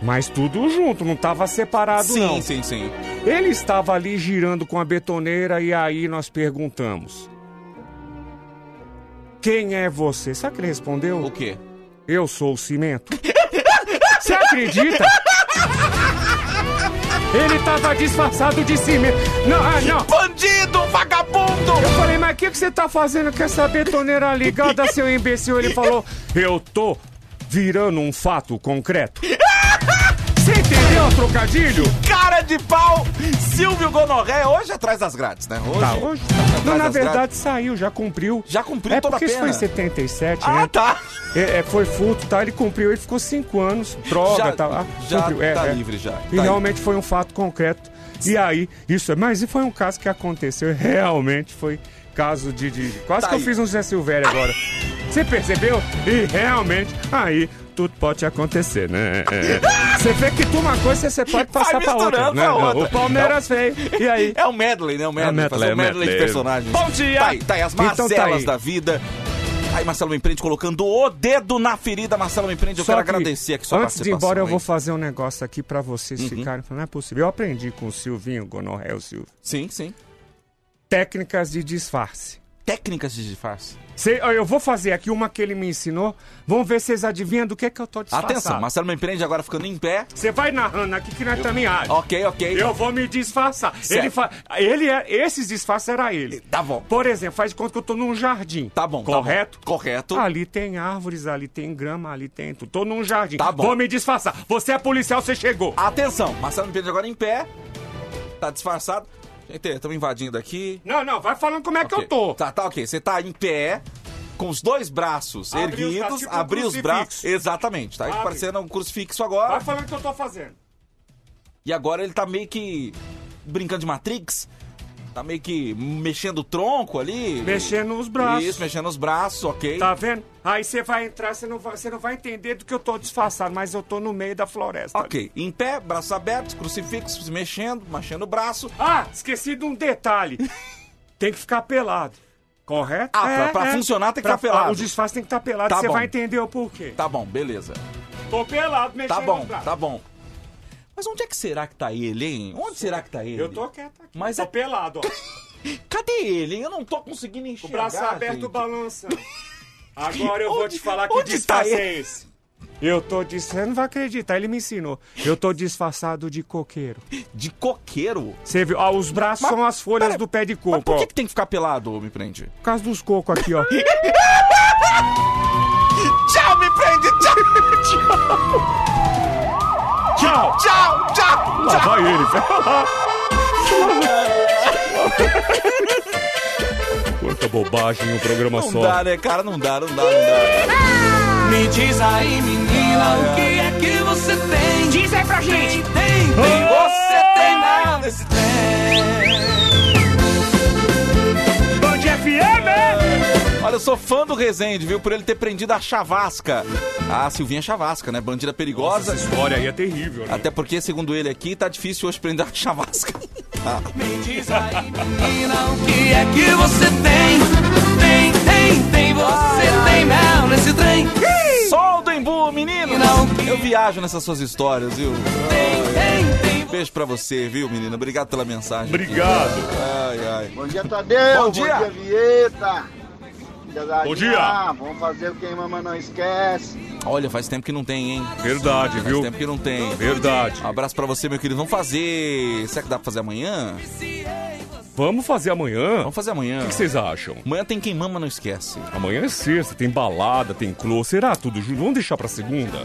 Speaker 3: Mas tudo junto, não estava separado
Speaker 2: sim,
Speaker 3: não.
Speaker 2: sim, sim.
Speaker 3: Ele estava ali girando com a betoneira e aí nós perguntamos: Quem é você? Sabe o que ele respondeu?
Speaker 2: O quê?
Speaker 3: Eu sou o cimento. Você acredita? Ele tava disfarçado de cimento. Não, ah, não.
Speaker 2: Bandido, vagabundo!
Speaker 3: Eu falei, mas o que, que você tá fazendo com essa betoneira ligada, seu imbecil? Ele falou, eu tô virando um fato concreto. Você entendeu o trocadilho?
Speaker 2: Cara de pau! Silvio Gonorré, é hoje atrás das grades, né? Hoje.
Speaker 3: Tá, hoje. Não,
Speaker 2: Atrás
Speaker 3: na
Speaker 2: das
Speaker 3: verdade saiu, já cumpriu.
Speaker 2: Já cumpriu
Speaker 3: É
Speaker 2: toda a
Speaker 3: porque isso foi
Speaker 2: pena.
Speaker 3: em 77,
Speaker 2: Ah,
Speaker 3: né?
Speaker 2: tá.
Speaker 3: É, é, foi furto, tá? Ele cumpriu, ele ficou cinco anos, droga,
Speaker 2: já
Speaker 3: tá? Ah,
Speaker 2: já
Speaker 3: cumpriu, é,
Speaker 2: tá
Speaker 3: é.
Speaker 2: livre já.
Speaker 3: E
Speaker 2: Tá
Speaker 3: realmente foi um fato concreto. E aí, isso é. Mas e foi um caso que aconteceu. Realmente foi caso de. de- quase
Speaker 2: Tá
Speaker 3: que
Speaker 2: aí.
Speaker 3: eu fiz um Zé Silvério agora. Você percebeu? E realmente, aí. Tudo pode acontecer, né? É. Você vê que tu uma coisa você pode passar pra outra,
Speaker 2: misturando
Speaker 3: né?
Speaker 2: a
Speaker 3: Não,
Speaker 2: outra.
Speaker 3: O Palmeiras veio. E aí?
Speaker 2: É o medley, né? O medley,
Speaker 3: É o medley,
Speaker 2: fazer
Speaker 3: é
Speaker 2: um
Speaker 3: o
Speaker 2: medley, de
Speaker 3: medley.
Speaker 2: personagens.
Speaker 3: Bom dia!
Speaker 2: Tá aí, tá aí, as
Speaker 3: Então tá
Speaker 2: Marcelas
Speaker 3: aí.
Speaker 2: da vida. Aí, Marcelo Memprende colocando o dedo na ferida. Marcelo Memprende, eu
Speaker 3: Só
Speaker 2: quero
Speaker 3: que,
Speaker 2: agradecer aqui sua
Speaker 3: Antes de ir
Speaker 2: participação,
Speaker 3: embora,
Speaker 2: hein?
Speaker 3: eu
Speaker 2: Uhum.
Speaker 3: vou fazer um negócio aqui pra vocês ficarem falando, não é possível. Eu aprendi com o Silvinho, Gonorré, o Silvio.
Speaker 2: Sim, sim.
Speaker 3: Técnicas de disfarce.
Speaker 2: Técnicas de disfarce.
Speaker 3: Cê- ó, eu vou fazer aqui uma que ele me ensinou. Vamos ver se vocês adivinham do que, que eu tô disfarçado.
Speaker 2: Atenção, Marcelo Memprende agora ficando em pé.
Speaker 3: Você vai narrando aqui que nós também área.
Speaker 2: Ok, ok.
Speaker 3: Eu vou me disfarçar.
Speaker 2: Certo.
Speaker 3: Ele fa... ele é... Esses disfarces era ele.
Speaker 2: Tá bom.
Speaker 3: Por exemplo, faz de conta que eu tô num jardim.
Speaker 2: Tá bom. tá bom.
Speaker 3: Correto? Ah,
Speaker 2: Correto.
Speaker 3: Ali tem árvores, ali tem grama, ali tem tudo. Tô num jardim.
Speaker 2: Tá bom. Ah.
Speaker 3: Vou me disfarçar. Você é policial, você chegou.
Speaker 2: Atenção, Marcelo Memprende agora em pé. Tá disfarçado. Gente, estamos invadindo aqui.
Speaker 3: Não, não, vai falando como é que eu tô.
Speaker 2: Tá, tá, ok. Você tá em pé, com os dois braços
Speaker 3: Abri os
Speaker 2: erguidos,
Speaker 3: braços, tipo um
Speaker 2: abrir os
Speaker 3: crucifixo.
Speaker 2: braços. Exatamente, tá?
Speaker 3: Abre.
Speaker 2: Parecendo um crucifixo agora.
Speaker 3: Vai falando o que eu tô fazendo.
Speaker 2: E agora ele tá meio que brincando de Matrix. Tá meio que mexendo o tronco ali.
Speaker 3: Mexendo os braços.
Speaker 2: Isso, mexendo os braços, ok.
Speaker 3: Tá vendo? Aí você vai entrar, você não vai, você não vai entender do que eu tô disfarçado, mas eu tô no meio da floresta.
Speaker 2: Ok. Em pé, braços abertos, crucifixo, se mexendo, mexendo o braço.
Speaker 3: Ah, esqueci de um detalhe. tem que ficar pelado. Correto? É,
Speaker 2: Ah, pra- pra funcionar tem que
Speaker 3: Pra-
Speaker 2: tá pelado.
Speaker 3: ah, O disfarce tem que estar pelado,
Speaker 2: Tá
Speaker 3: você
Speaker 2: bom.
Speaker 3: vai entender o porquê.
Speaker 2: Tá bom, beleza.
Speaker 3: Tô pelado, mexendo
Speaker 2: Tá bom,
Speaker 3: os braços.
Speaker 2: tá bom. Mas onde é que será que tá ele, hein? Onde será que tá ele?
Speaker 3: Eu tô quieto aqui.
Speaker 2: Mas
Speaker 3: tô
Speaker 2: é-
Speaker 3: pelado, ó.
Speaker 2: Cadê ele? hein? Eu não tô conseguindo
Speaker 3: O
Speaker 2: enxergar.
Speaker 3: braço aberto,
Speaker 2: gente.
Speaker 3: balançando. Agora eu vou
Speaker 2: Onde-
Speaker 3: te falar que
Speaker 2: onde tá
Speaker 3: disfarce é
Speaker 2: ele?
Speaker 3: esse. Eu tô disfarçado, você não vai acreditar, ele me ensinou. Eu tô disfarçado de coqueiro.
Speaker 2: De coqueiro?
Speaker 3: Você viu? Ó, os braços
Speaker 2: Mas-
Speaker 3: são as folhas
Speaker 2: pera-
Speaker 3: do pé de
Speaker 2: Mas
Speaker 3: coco,
Speaker 2: por
Speaker 3: ó.
Speaker 2: que, que tem que ficar pelado, ô, me prende?
Speaker 3: Por causa dos cocos aqui, ó.
Speaker 2: Tchau, me prende! Tchau!
Speaker 3: Tchau!
Speaker 2: Tchau! Tchau!
Speaker 3: Lá vai ele, velho.
Speaker 1: Quanta bobagem um programa
Speaker 2: Não
Speaker 1: só.
Speaker 2: dá, né, cara? Não dá, não dá, não dá.
Speaker 12: Me diz aí, menina, o que é que você tem? Diz aí pra gente! Tem,
Speaker 3: Ah!
Speaker 12: tem, você tem nada nesse trem.
Speaker 3: Band FM!
Speaker 2: Olha, eu sou fã do Rezende, viu? Por ele ter prendido a Chavasca. A Silvinha Chavasca, né? Bandida perigosa.
Speaker 1: Essa história aí é terrível, né?
Speaker 2: Até porque, segundo ele aqui, tá difícil hoje prender a Chavasca. Ah.
Speaker 12: Me diz aí, menina, o que é que você tem? Tem, tem, tem, você tem mel nesse trem.
Speaker 2: Sol do Embu, menino!
Speaker 12: Não.
Speaker 2: Eu viajo nessas suas histórias, viu?
Speaker 12: Tem, tem, tem,
Speaker 2: beijo pra você, viu, menina? Obrigado pela mensagem.
Speaker 3: Obrigado.
Speaker 2: Ai, ai.
Speaker 13: Bom dia, Tadeu.
Speaker 2: Bom dia.
Speaker 13: Vieta.
Speaker 2: Bom dia.
Speaker 13: Vamos fazer o que mama não esquece.
Speaker 2: Olha, faz tempo que não tem, hein?
Speaker 3: Verdade,
Speaker 2: viu? Faz tempo que não tem.
Speaker 3: Verdade.
Speaker 2: abraço pra você, meu querido. Vamos fazer. Será que dá pra fazer amanhã?
Speaker 3: Vamos fazer amanhã?
Speaker 2: Vamos fazer amanhã.
Speaker 3: O que que vocês acham?
Speaker 2: Amanhã tem quem mama não esquece.
Speaker 3: Amanhã é sexta, tem balada, tem clô. Será tudo junto? Vamos deixar pra segunda?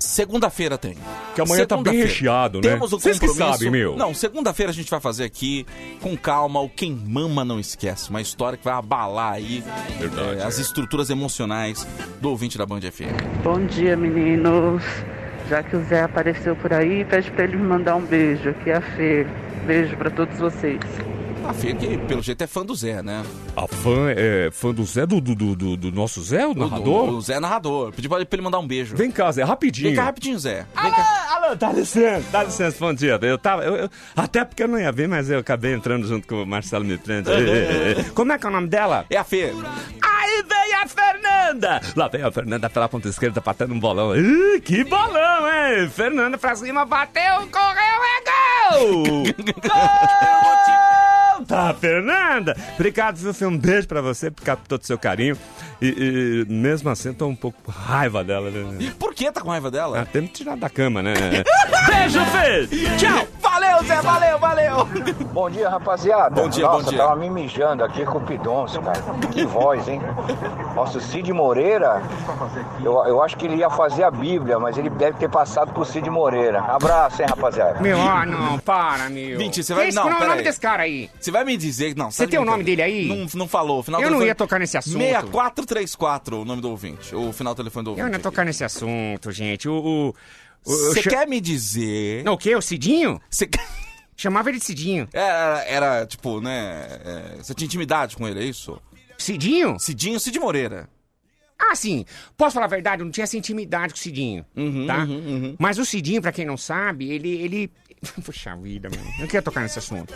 Speaker 2: Segunda-feira tem.
Speaker 3: Que amanhã tá bem
Speaker 2: Segunda-feira.
Speaker 3: recheado, né?
Speaker 2: Temos o
Speaker 3: Vocês que
Speaker 2: compromisso.
Speaker 3: sabem, meu.
Speaker 2: Não, segunda-feira a gente vai fazer aqui, com calma, o Quem Mama Não Esquece. Uma história que vai abalar aí eh,
Speaker 3: é.
Speaker 2: as estruturas emocionais do ouvinte da Band FM.
Speaker 14: Bom dia, meninos. Já que o Zé apareceu por aí, pede pra ele me mandar um beijo. Aqui é a Fê. Beijo pra todos vocês.
Speaker 2: A Fê que, pelo jeito, é fã do Zé, né?
Speaker 3: A fã é fã do Zé, do, do, do- do- do nosso Zé, o narrador?
Speaker 2: O, o Zé é narrador. Pedi pra ele pra ele mandar um beijo.
Speaker 3: Vem cá, Zé, rapidinho.
Speaker 2: Vem cá rapidinho, Zé.
Speaker 3: Alô, dá licença, dá licença, bom dia. Eu tava, eu- eu- até porque eu não ia vir, mas eu acabei entrando junto com o Marcelo me prende. Como é que é o nome dela?
Speaker 2: É a Fê.
Speaker 3: Aí vem a Fernanda! Lá vem a Fernanda pela ponta esquerda, batendo um bolão. Ih, que bolão, hein? Fernanda pra cima, bateu, correu, é gol! Gol Tá, Fernanda! Obrigado, viu, Fê? Um beijo pra você, por captou todo o seu carinho. E, e mesmo assim, eu tô um pouco com raiva dela, né?
Speaker 2: Por que tá com raiva dela?
Speaker 3: Ah, tem que tirar da cama, né?
Speaker 15: Beijo,
Speaker 3: É.
Speaker 15: Fê! Tchau! Valeu, Zé, valeu, valeu!
Speaker 16: Bom dia, rapaziada.
Speaker 2: Bom dia,
Speaker 16: Nossa,
Speaker 2: bom dia.
Speaker 16: tava me mijando aqui com o Pidoncio, cara. Que voz, hein? Nossa, o Cid Moreira, eu, eu acho que ele ia fazer a Bíblia, mas ele deve ter passado por Cid Moreira. Abraço, hein, rapaziada.
Speaker 6: Meu, ah, não, para, meu.
Speaker 2: Mentira, você vai...
Speaker 6: Esse-
Speaker 2: Não,
Speaker 6: qual é o
Speaker 2: pera
Speaker 6: nome desse cara aí?
Speaker 2: Você vai me dizer... Não,
Speaker 6: Você
Speaker 2: tá
Speaker 6: tem o
Speaker 2: brincando.
Speaker 6: nome dele aí?
Speaker 2: Não, não falou. O Final do
Speaker 6: Eu não
Speaker 2: telefone-
Speaker 6: ia tocar nesse assunto.
Speaker 2: 6434, o nome do ouvinte. O final do telefone do ouvinte.
Speaker 6: Eu não ia tocar nesse assunto, gente. O. o- o-
Speaker 2: Você
Speaker 6: eu cha-
Speaker 2: quer me dizer...
Speaker 6: Não, o quê? O Cidinho?
Speaker 2: Você
Speaker 6: Chamava ele de Cidinho.
Speaker 2: Era, era, tipo, né... é, Você tinha intimidade com ele, é isso?
Speaker 6: Cidinho?
Speaker 2: Cidinho, Cid Moreira.
Speaker 6: Ah, sim. Posso falar a verdade? Eu não tinha essa intimidade com o Cidinho,
Speaker 2: Uhum,
Speaker 6: tá? Mas o Cidinho, pra quem não sabe, ele... ele... Puxa vida, mano. Eu não queria tocar nesse assunto.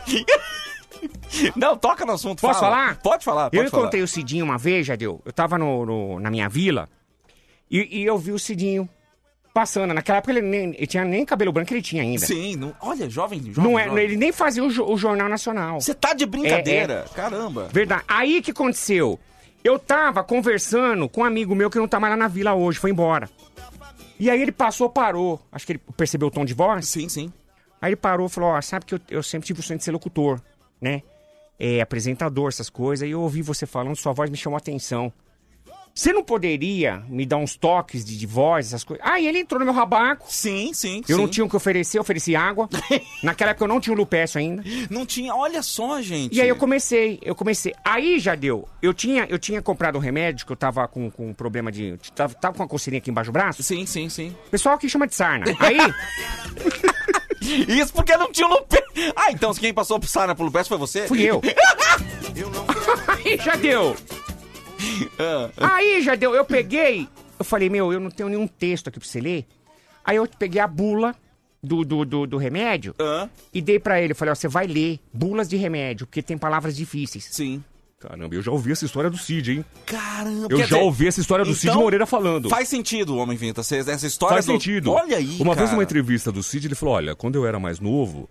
Speaker 2: Não, toca no assunto.
Speaker 6: Posso
Speaker 2: fala.
Speaker 6: falar?
Speaker 2: Pode falar, pode
Speaker 6: eu
Speaker 2: falar.
Speaker 6: encontrei o Cidinho uma vez, Jadeu. Eu tava no, no- na minha vila e, e eu vi o Cidinho passando. Naquela época ele, nem, ele tinha nem cabelo branco, ele tinha ainda.
Speaker 2: Sim, não- olha, jovem, jovem.
Speaker 6: Não é,
Speaker 2: jovem.
Speaker 6: ele nem fazia o, jo- o Jornal Nacional.
Speaker 2: Você tá de Brincadeira,
Speaker 6: É,
Speaker 2: caramba.
Speaker 6: Verdade. Aí que aconteceu? Eu tava conversando com um amigo meu que não tá mais lá na vila hoje, foi embora. E aí ele passou, parou. Acho que ele percebeu o tom de voz.
Speaker 2: Sim, sim.
Speaker 6: Aí ele parou e falou: Ó, sabe que eu, eu sempre tive o sonho de ser locutor, né? É, apresentador, essas coisas. E eu ouvi você falando, sua voz me chamou a atenção. Você não poderia me dar uns toques de, de voz, essas coisas? Aí ele entrou no meu rabaco.
Speaker 2: Sim, sim.
Speaker 6: Eu não
Speaker 2: sim.
Speaker 6: tinha o que oferecer, eu ofereci água. Naquela época eu não tinha o Lupécio ainda.
Speaker 2: Não tinha, olha só, gente.
Speaker 6: E aí eu comecei, eu comecei. Aí já deu. Eu tinha, eu tinha comprado um remédio que eu tava com, com um problema de. Tava, tava com uma coceirinha aqui embaixo do braço.
Speaker 2: Sim, sim, sim.
Speaker 6: Pessoal que chama de sarna. Aí.
Speaker 2: Isso porque não tinha o Lupe. Ah, então quem passou pro Sarna pro Lupe foi você?
Speaker 6: Fui eu. aí já deu. Aí já deu. Eu peguei. Eu falei, meu, eu não tenho nenhum texto aqui pra você ler. Aí eu peguei a bula do, do, do, do remédio e dei pra ele. Eu falei, ó, você vai ler bulas de remédio, porque tem palavras difíceis.
Speaker 2: Sim.
Speaker 3: Caramba, eu já ouvi essa história do Cid, hein?
Speaker 2: Caramba.
Speaker 3: Eu
Speaker 2: quer
Speaker 3: já
Speaker 2: dizer,
Speaker 3: ouvi essa história do Cid
Speaker 2: então,
Speaker 3: Moreira falando.
Speaker 2: Faz sentido, Homem Vinheta. Cê- Essa história
Speaker 3: Faz
Speaker 2: do-
Speaker 3: sentido.
Speaker 2: Olha aí,
Speaker 3: Uma vez
Speaker 2: cara.
Speaker 3: numa entrevista do Cid, ele falou: Olha, quando eu era mais novo,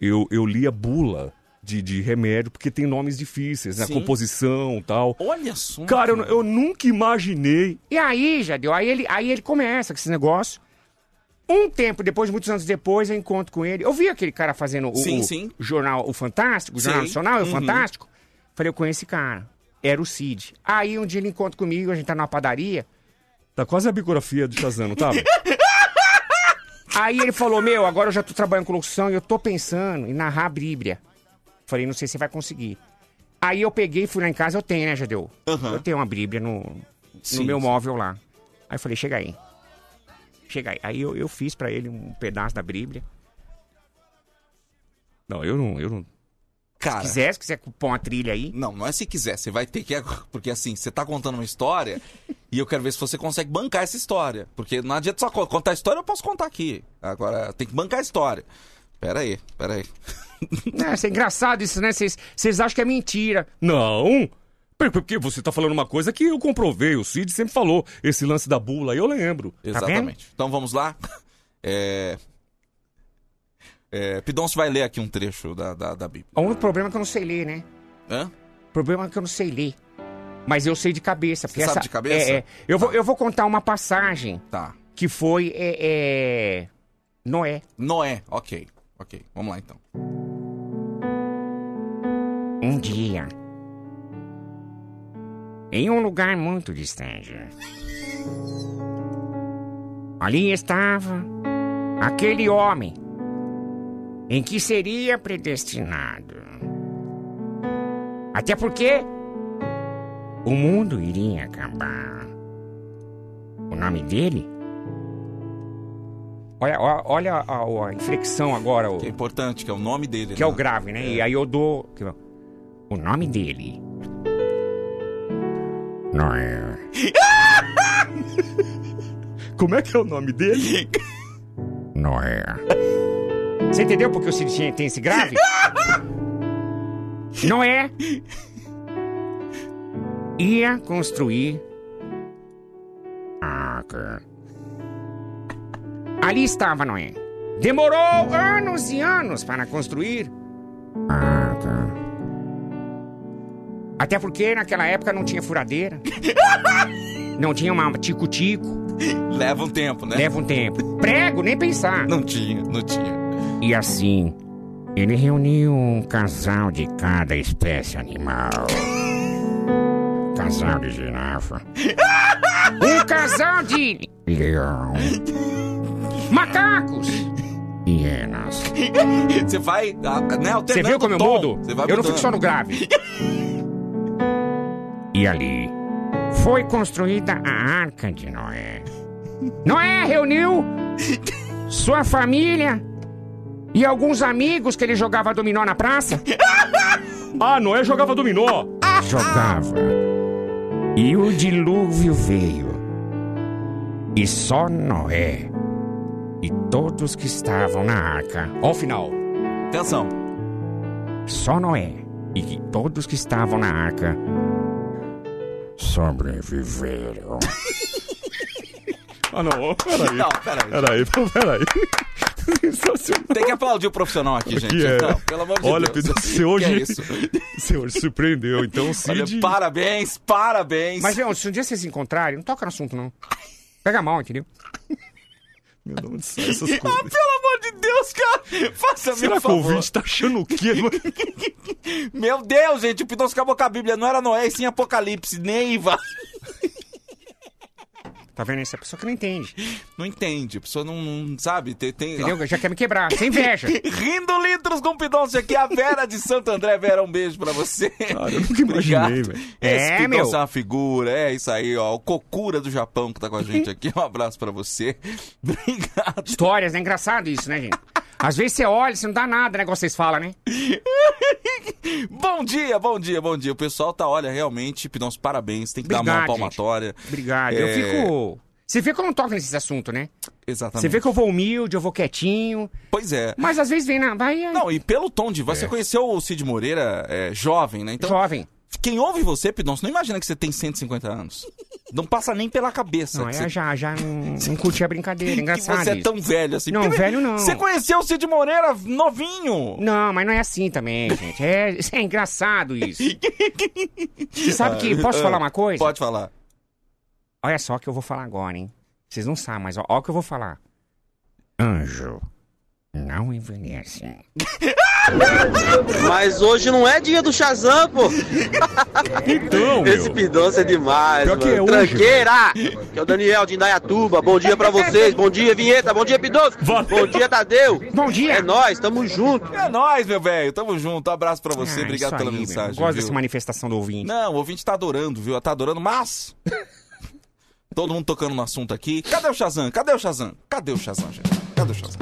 Speaker 3: eu, eu lia bula de, de remédio, porque tem nomes difíceis, né?
Speaker 6: Sim.
Speaker 3: Composição e tal.
Speaker 2: Olha só.
Speaker 3: Cara, eu, eu nunca imaginei.
Speaker 6: E aí, já deu. Aí ele, aí ele começa com esse negócio. Um tempo depois, muitos anos depois, eu encontro com ele. Eu vi aquele cara fazendo o,
Speaker 15: Sim,
Speaker 6: o
Speaker 15: sim.
Speaker 6: jornal, o Fantástico, o Jornal
Speaker 15: Sim.
Speaker 6: Nacional, é o
Speaker 15: Uhum.
Speaker 6: Fantástico. Falei, eu conheço esse cara. Era o Cid. Aí um dia ele encontra comigo, a gente tá numa padaria.
Speaker 3: Tá quase a biografia do Shazam, não tá? velho?
Speaker 6: Aí ele falou, meu, agora eu já tô trabalhando com locução e eu tô pensando em narrar a Bíblia. Falei, não sei se você vai conseguir. Aí eu peguei, fui lá em casa, eu tenho, né, Jadeu? Eu tenho uma Bíblia no, no
Speaker 15: Sim,
Speaker 6: meu
Speaker 15: sim.
Speaker 6: móvel lá. Aí eu falei, chega aí. Chega aí. Aí eu, eu fiz pra ele um pedaço da Bíblia.
Speaker 3: não, eu não, eu não.
Speaker 2: Cara.
Speaker 6: Se quiser, se quiser pôr uma trilha aí.
Speaker 2: Não, não é se quiser. Você vai ter que. Porque assim, você tá contando uma história e eu quero ver se você consegue bancar essa história. Porque não adianta só co- contar a história, eu posso contar aqui. Agora, tem que bancar a história. Pera aí, pera
Speaker 3: Tá
Speaker 2: aí.
Speaker 6: É, isso é engraçado isso, né? Vocês vocês acham que é mentira.
Speaker 3: Não! Por- Porque você tá falando uma coisa que eu comprovei, o Cid sempre falou. Esse lance da
Speaker 6: Tá
Speaker 3: bula, aí eu lembro.
Speaker 2: Exatamente. Então vamos lá. É... É, Pidoncio vai ler aqui um trecho da, da, da Bíblia.
Speaker 6: O único problema é que eu não sei ler, né?
Speaker 2: Hã?
Speaker 6: O problema é que eu não sei ler. Mas eu sei de cabeça. Porque
Speaker 2: Você sabe de
Speaker 6: essa-
Speaker 2: cabeça?
Speaker 6: É, é. Eu, vou, eu vou contar uma passagem.
Speaker 2: Tá.
Speaker 6: Que foi é, é, Noé.
Speaker 2: Noé, ok. Ok, vamos lá então.
Speaker 6: Um dia, em um lugar muito distante, ali estava aquele homem em que seria predestinado. Até porque o mundo iria acabar. O nome dele? Olha, olha, olha a, a inflexão agora. O...
Speaker 2: Que é importante, que é o nome dele.
Speaker 6: Que é o grave, né? E aí eu dou. que eu- O nome dele. é. Noé. Como é que é o nome dele? Noé. é. Você entendeu porque o Cidinha tem esse grave? Noé ia construir a arca. Ali estava Noé. Demorou anos e anos para construir. Ah, tá. Até porque naquela época não tinha furadeira. não tinha uma tico-tico.
Speaker 2: Leva um tempo, né?
Speaker 6: Leva um tempo. Prego, nem pensar.
Speaker 2: Não tinha, não tinha.
Speaker 6: E assim, ele reuniu um casal de cada espécie animal. Casal de girafa. Um casal de leão. Macacos! Hienas.
Speaker 2: Você vai. ah, Né,
Speaker 6: Você viu como eu mudo?
Speaker 2: Você vai
Speaker 6: eu não
Speaker 2: mudando.
Speaker 6: fico só no grave. E ali foi construída a Arca de Noé. Noé reuniu sua família e alguns amigos que ele jogava dominó na praça. Ah, Noé jogava dominó. Jogava. E o dilúvio veio. E só Noé e todos que estavam na arca. Ó o final.
Speaker 2: Atenção.
Speaker 6: Só Noé e que todos que estavam na arca sobreviveram.
Speaker 3: Ah, não, ó, peraí.
Speaker 2: Não, peraí.
Speaker 3: Peraí, pô, peraí.
Speaker 2: Tem que aplaudir o profissional aqui, gente.
Speaker 3: Que é.
Speaker 2: Então, pelo amor de
Speaker 3: Olha,
Speaker 2: Deus.
Speaker 3: Pedro,
Speaker 2: Que
Speaker 3: você hoje.
Speaker 2: é isso?
Speaker 3: Você hoje surpreendeu, então,
Speaker 2: Olha,
Speaker 3: Cid.
Speaker 2: parabéns, parabéns. Ah,
Speaker 6: Mas, meu, se um dia vocês se encontrarem, não toca no assunto, não. Pega mal, entendeu?
Speaker 3: Meu Deus do céu,
Speaker 2: ah,
Speaker 3: essas
Speaker 2: pelo
Speaker 3: coisas.
Speaker 2: amor de Deus, cara! Faça-me
Speaker 3: Será
Speaker 2: um
Speaker 3: que o
Speaker 2: favor.
Speaker 3: ouvinte tá achando o quê?
Speaker 2: Meu Deus, gente, o Pidoncio acabou com a Bíblia. Não era Noé, e sim Apocalipse. Neiva.
Speaker 6: Tá vendo? Essa pessoa que não entende.
Speaker 2: Não entende, a pessoa não, não sabe. Tem, tem...
Speaker 6: Entendeu? Já quer me quebrar, sem inveja.
Speaker 2: Rindo litros com Pidoncio aqui, a Vera de Santo André. Vera, um beijo pra você. Cara, eu nunca
Speaker 3: imaginei, velho.
Speaker 2: Esse
Speaker 6: É,
Speaker 2: Pidoncio
Speaker 6: meu.
Speaker 2: é uma figura, é isso aí, ó. O Kokura do Japão que tá com a gente aqui. Um abraço pra você.
Speaker 6: Histórias, né? Engraçado isso, né, gente? Às vezes você olha, você não dá nada, né? Igual vocês falam, né?
Speaker 2: Bom dia, bom dia, bom dia. O pessoal tá, olha, realmente, Pidoncio, parabéns. Tem que dar uma
Speaker 6: Obrigado,
Speaker 2: palmatória.
Speaker 6: Obrigado. Eu
Speaker 2: É,
Speaker 6: fico. Você vê que eu não toco nesses assuntos, né?
Speaker 2: Exatamente.
Speaker 3: Tá
Speaker 6: Você vê que eu vou humilde, eu vou quietinho.
Speaker 2: Pois é.
Speaker 6: Mas às vezes vem na. Vai,
Speaker 2: Não, e pelo tom de voz, você conheceu o Cid Moreira é, jovem, né? Então,
Speaker 6: Jovem.
Speaker 2: Quem ouve você, Pidoncio, não imagina que você tem 150 anos. Não passa nem pela cabeça.
Speaker 6: Não, é
Speaker 2: que
Speaker 6: eu
Speaker 2: você...
Speaker 6: já, já não, não curti a brincadeira, engraçado.
Speaker 2: Que você é
Speaker 6: isso.
Speaker 2: tão velho assim.
Speaker 6: Não,
Speaker 2: Porque
Speaker 6: velho não.
Speaker 2: Você conheceu o Cid Moreira novinho.
Speaker 6: Não, mas não é assim também, gente. É, é engraçado isso. Você sabe que. Posso
Speaker 2: Ah,
Speaker 6: falar uma coisa?
Speaker 2: Pode falar.
Speaker 6: Olha só o que eu vou falar agora, hein? Vocês não sabem, mas ó, ó o que eu vou falar. Anjo não envelhece.
Speaker 17: Mas hoje não é dia do Shazam, pô.
Speaker 3: Então,
Speaker 17: Esse pidonça é demais,
Speaker 3: Pior que
Speaker 17: mano.
Speaker 3: é hoje,
Speaker 17: Tranqueira! Que é o Daniel de Indaiatuba. Bom dia pra vocês. Bom dia, Vinheta. Bom dia, Pidonça. Bom dia, Tadeu.
Speaker 6: Bom dia.
Speaker 17: É nóis, tamo junto.
Speaker 2: É nóis, meu velho. Tamo junto. Abraço pra você.
Speaker 6: Ah,
Speaker 2: Obrigado
Speaker 6: isso
Speaker 2: pela
Speaker 6: aí, meu.
Speaker 2: mensagem.
Speaker 6: Eu gosto
Speaker 2: viu?
Speaker 6: dessa manifestação do ouvinte.
Speaker 2: Não, o ouvinte tá adorando, viu? Tá adorando, mas. Todo mundo tocando no assunto aqui. Cadê o Shazam? Cadê o Shazam? Cadê o Shazam, gente? Cadê o Shazam?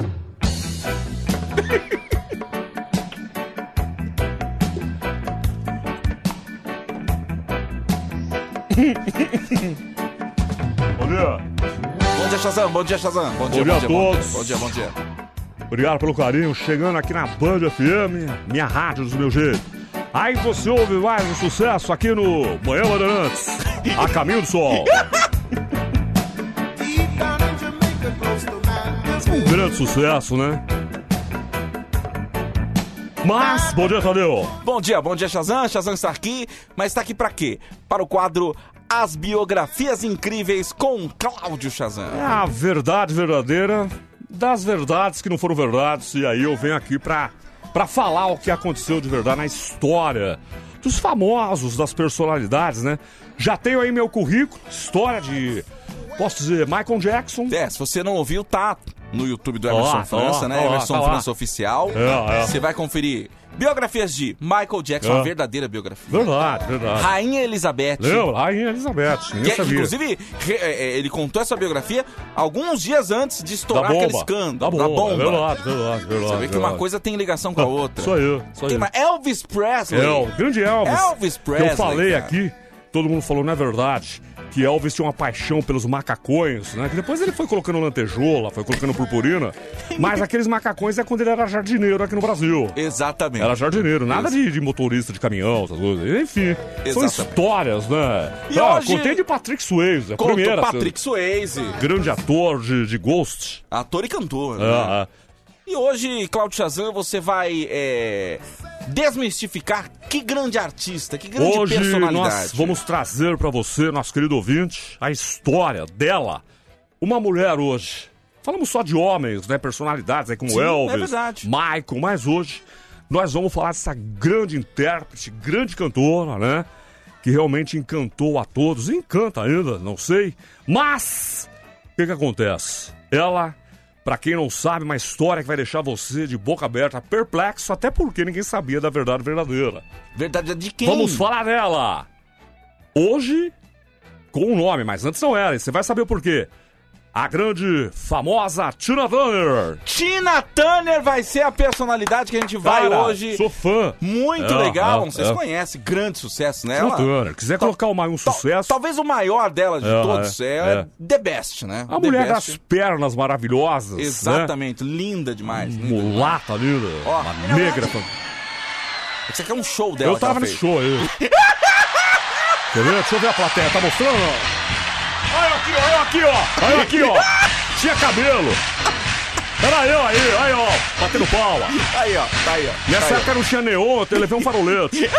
Speaker 3: Bom dia.
Speaker 2: Bom dia, Shazam. Bom dia, Shazam. Bom dia,
Speaker 3: Bom dia a
Speaker 2: bom
Speaker 3: todos.
Speaker 2: Bom dia, bom dia.
Speaker 3: Obrigado pelo carinho, chegando aqui na Band FM, minha rádio do meu jeito. Aí você ouve mais um sucesso aqui no Manhã Bandeirantes, a caminho do sol. Um grande sucesso, né? Mas, bom dia, Tadeu.
Speaker 2: Bom dia, bom dia, Shazam. Shazam está aqui, mas está aqui para quê? Para o quadro As Biografias Incríveis com Cláudio Shazam.
Speaker 3: É a verdade verdadeira das verdades que não foram verdades. E aí eu venho aqui pra, pra falar o que aconteceu de verdade na história dos famosos, das personalidades, né? Já tenho aí meu currículo, história de. Posso dizer, Michael Jackson.
Speaker 2: É, se você não ouviu, tá no YouTube do Emerson
Speaker 3: lá, tá
Speaker 2: França,
Speaker 3: lá,
Speaker 2: né?
Speaker 3: tá lá,
Speaker 2: Emerson
Speaker 3: tá lá.
Speaker 2: França Oficial.
Speaker 3: É, é.
Speaker 2: Você vai conferir biografias de Michael Jackson,
Speaker 3: É.
Speaker 2: a verdadeira biografia.
Speaker 3: Verdade, verdade.
Speaker 2: Rainha Elizabeth.
Speaker 3: Leu, Rainha Elizabeth, eu
Speaker 2: Que, é,
Speaker 3: sabia.
Speaker 2: inclusive, re- é, é, ele contou essa biografia alguns dias antes de
Speaker 3: da
Speaker 2: estourar
Speaker 3: bomba.
Speaker 2: aquele escândalo.
Speaker 3: Da bomba. É
Speaker 2: Da bomba.
Speaker 3: Verdade, verdade, verdade.
Speaker 2: Você vê que uma
Speaker 3: verdade.
Speaker 2: coisa tem ligação com a outra.
Speaker 3: Sou eu, sou
Speaker 2: Quem
Speaker 3: eu.
Speaker 2: mais? Elvis Presley.
Speaker 3: É, o grande Elvis.
Speaker 2: Elvis Presley.
Speaker 3: Que eu falei
Speaker 2: cara.
Speaker 3: aqui, todo mundo falou, não é verdade, que Elvis tinha uma paixão pelos macacões, né? Que depois ele foi colocando lantejola, foi colocando purpurina. mas aqueles macacões é quando ele era jardineiro aqui no Brasil.
Speaker 2: Exatamente.
Speaker 3: Era jardineiro, nada de, de motorista de caminhão, essas coisas. Enfim, são
Speaker 2: Exatamente.
Speaker 3: histórias, né?
Speaker 2: E
Speaker 3: Ah,
Speaker 2: hoje-
Speaker 3: Contei de Patrick Swayze, a
Speaker 2: Contou
Speaker 3: primeira.
Speaker 2: Patrick Swayze.
Speaker 3: Grande ator de, de Ghost.
Speaker 2: Ator e cantor. né?
Speaker 3: Ah, ah.
Speaker 2: E hoje, Claudio Chazan, você vai é, desmistificar que grande artista, que grande
Speaker 3: Hoje nós
Speaker 2: personalidade.
Speaker 3: vamos trazer pra você, nosso querido ouvinte, a história dela. Uma mulher hoje. Falamos só de homens, né? Personalidades aí como
Speaker 2: Sim, é
Speaker 3: Elvis,
Speaker 2: verdade.
Speaker 3: Michael, mas hoje nós vamos falar dessa grande intérprete, grande cantora, né? Que realmente encantou a todos, encanta ainda, não sei. Mas o que, que acontece? Ela, pra quem não sabe, uma história que vai deixar você de boca aberta, perplexo, até porque ninguém sabia da verdade verdadeira.
Speaker 2: Verdade é de quem?
Speaker 3: Vamos falar dela! Hoje, com o nome, mas antes não era, e você vai saber o porquê. A grande, famosa Tina Turner!
Speaker 2: Tina Turner vai ser a personalidade que a gente
Speaker 1: Tá
Speaker 2: vai
Speaker 3: Cara,
Speaker 2: hoje.
Speaker 3: Sou fã!
Speaker 2: Muito
Speaker 3: É,
Speaker 2: legal,
Speaker 3: é,
Speaker 2: vocês
Speaker 3: é.
Speaker 2: conhecem, grande sucesso né?
Speaker 3: Tina
Speaker 2: nela.
Speaker 3: Turner, quiser colocar uma- um sucesso.
Speaker 2: Talvez o maior dela de
Speaker 3: É,
Speaker 2: todos é,
Speaker 3: é, é.
Speaker 2: The Best, né?
Speaker 3: A mulher
Speaker 2: The
Speaker 3: das
Speaker 2: Best.
Speaker 3: pernas maravilhosas. né?
Speaker 2: Exatamente, linda demais. Linda.
Speaker 3: Mulata, linda.
Speaker 2: Ó.
Speaker 3: uma negra.
Speaker 2: Isso aqui é um show dela.
Speaker 3: Eu
Speaker 2: que ela
Speaker 3: tava nesse
Speaker 2: fez.
Speaker 3: show aí. Quer ver? Deixa eu ver a plateia, tá mostrando? Olha aqui, olha aqui, ó. Olha aqui, ó. Tinha cabelo. Era eu aí, aí, ó. Batendo palma.
Speaker 2: Aí, ó, tá aí, ó. tá
Speaker 3: Nessa
Speaker 2: aí, ó.
Speaker 3: época não tinha neon, eu levei um farolete.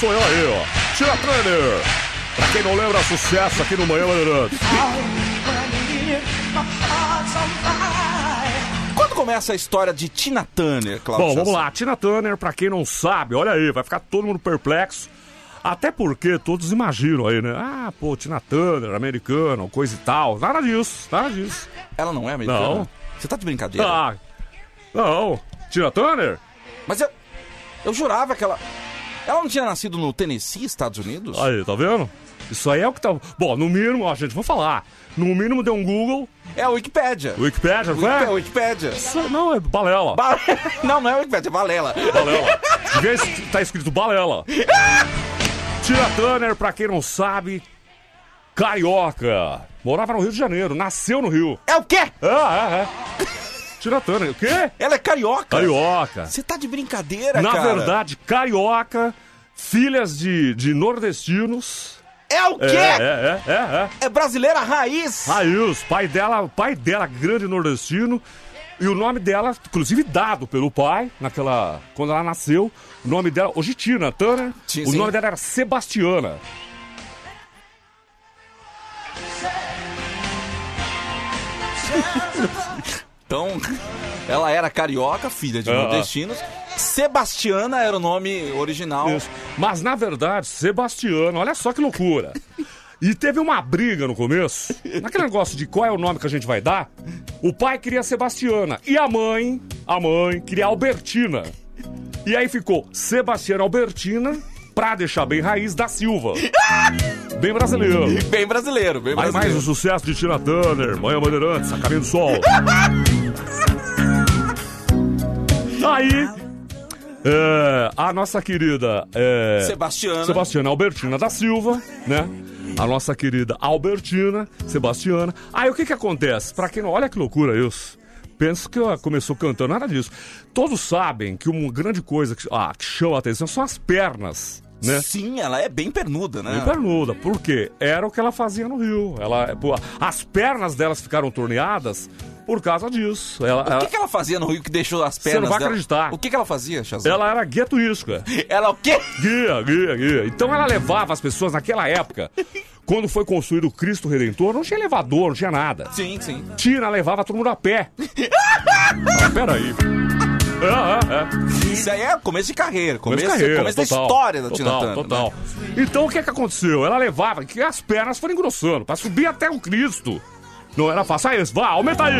Speaker 3: Sou eu aí, ó. Tira Trainer. Pra quem não lembra, sucesso aqui no Manhã Bandeirante.
Speaker 2: Quando começa a história de Tina Turner, Cláudio?
Speaker 3: Bom, vamos
Speaker 2: Chazan?
Speaker 3: lá. Tina Turner, pra quem não sabe, olha aí, vai ficar todo mundo perplexo. Até porque todos imaginam aí, né? Ah, pô, Tina Turner, americana, coisa e tal. Nada disso, nada disso.
Speaker 2: Ela não é americana?
Speaker 3: Não.
Speaker 2: Você tá de brincadeira?
Speaker 3: Ah, não. Tina Turner?
Speaker 2: Mas eu, eu jurava que ela. Ela não tinha nascido no Tennessee, Estados Unidos?
Speaker 3: Aí, tá vendo? Isso aí é o que tá. Bom, no mínimo, ó, gente, vou falar. No mínimo deu um Google.
Speaker 2: É a Wikipédia.
Speaker 3: Wikipédia, não
Speaker 2: Wiki-
Speaker 3: é?
Speaker 2: Wikipédia.
Speaker 3: Isso não, é balela.
Speaker 2: Ba- Não, não é Wikipédia, é Valela.
Speaker 3: Balela. Em vez de tá escrito balela. Tina Turner, pra quem não sabe, carioca. Morava no Rio de Janeiro, nasceu no Rio.
Speaker 2: É o quê?
Speaker 3: Ah, é, é. Tina Turner, o quê? É,
Speaker 2: Ela é carioca.
Speaker 3: Carioca.
Speaker 2: Você tá de brincadeira,
Speaker 3: Na
Speaker 2: cara.
Speaker 3: verdade, carioca, filhas de, de nordestinos.
Speaker 2: É o
Speaker 3: É,
Speaker 2: quê?
Speaker 3: é, é, é, é.
Speaker 2: É brasileira raiz.
Speaker 3: Raiz, pai dela, pai dela, grande nordestino. E o nome dela, inclusive dado pelo pai, naquela. Quando ela nasceu, o nome dela. Hoje Tina Turner.
Speaker 2: Sim,
Speaker 3: o
Speaker 2: sim.
Speaker 3: nome dela era Sebastiana.
Speaker 2: Então, ela era carioca, filha de
Speaker 3: Ah, ah.
Speaker 2: nordestinos. Sebastiana era o nome original.
Speaker 3: Isso. Mas na verdade, Sebastiana, olha só que loucura. E teve uma briga no começo. Naquele negócio de qual é o nome que a gente vai dar, o pai queria Sebastiana. E a mãe, a mãe, queria Albertina. E aí ficou Sebastiana Albertina, pra deixar bem raiz, da Silva. Bem brasileiro.
Speaker 2: Bem brasileiro, bem
Speaker 3: Aí mais
Speaker 2: brasileiro.
Speaker 3: um sucesso de Tina Turner, Manhã Bandeirantes, A Caminho do Sol. Aí, é, a nossa querida... é,
Speaker 2: Sebastiana.
Speaker 3: Sebastiana Albertina da Silva, né? A nossa querida Albertina, Sebastiana. Aí o que que acontece? Pra quem não... Olha que loucura isso. Penso que ela começou cantando, nada disso. Todos sabem que uma grande coisa que, ah, que chama a atenção são as pernas, né?
Speaker 2: Sim, ela é bem pernuda, né?
Speaker 3: E pernuda, por quê? Era o que ela fazia no Rio. Ela, pô, as pernas delas ficaram torneadas Por causa disso. Ela,
Speaker 2: O que, que ela fazia no Rio que deixou as
Speaker 3: Você
Speaker 2: pernas
Speaker 3: não vai
Speaker 2: dela-
Speaker 3: acreditar.
Speaker 2: O que, que ela fazia, Chazão?
Speaker 3: Ela era guia turística.
Speaker 2: Ela é o quê?
Speaker 3: Guia, guia, guia. Então ela levava as pessoas naquela época. Quando foi construído o Cristo Redentor, não tinha elevador, não tinha nada.
Speaker 2: Sim, sim.
Speaker 3: Tira, levava todo mundo a pé. ah, peraí.
Speaker 2: Isso aí é começo de carreira, começo, começo da história da Tina
Speaker 3: total,
Speaker 2: Turner. né?
Speaker 3: Total. Então o que é que aconteceu? Ela levava que as pernas foram engrossando pra subir até o Cristo. Não era fácil. Aí, vá, aumenta aí.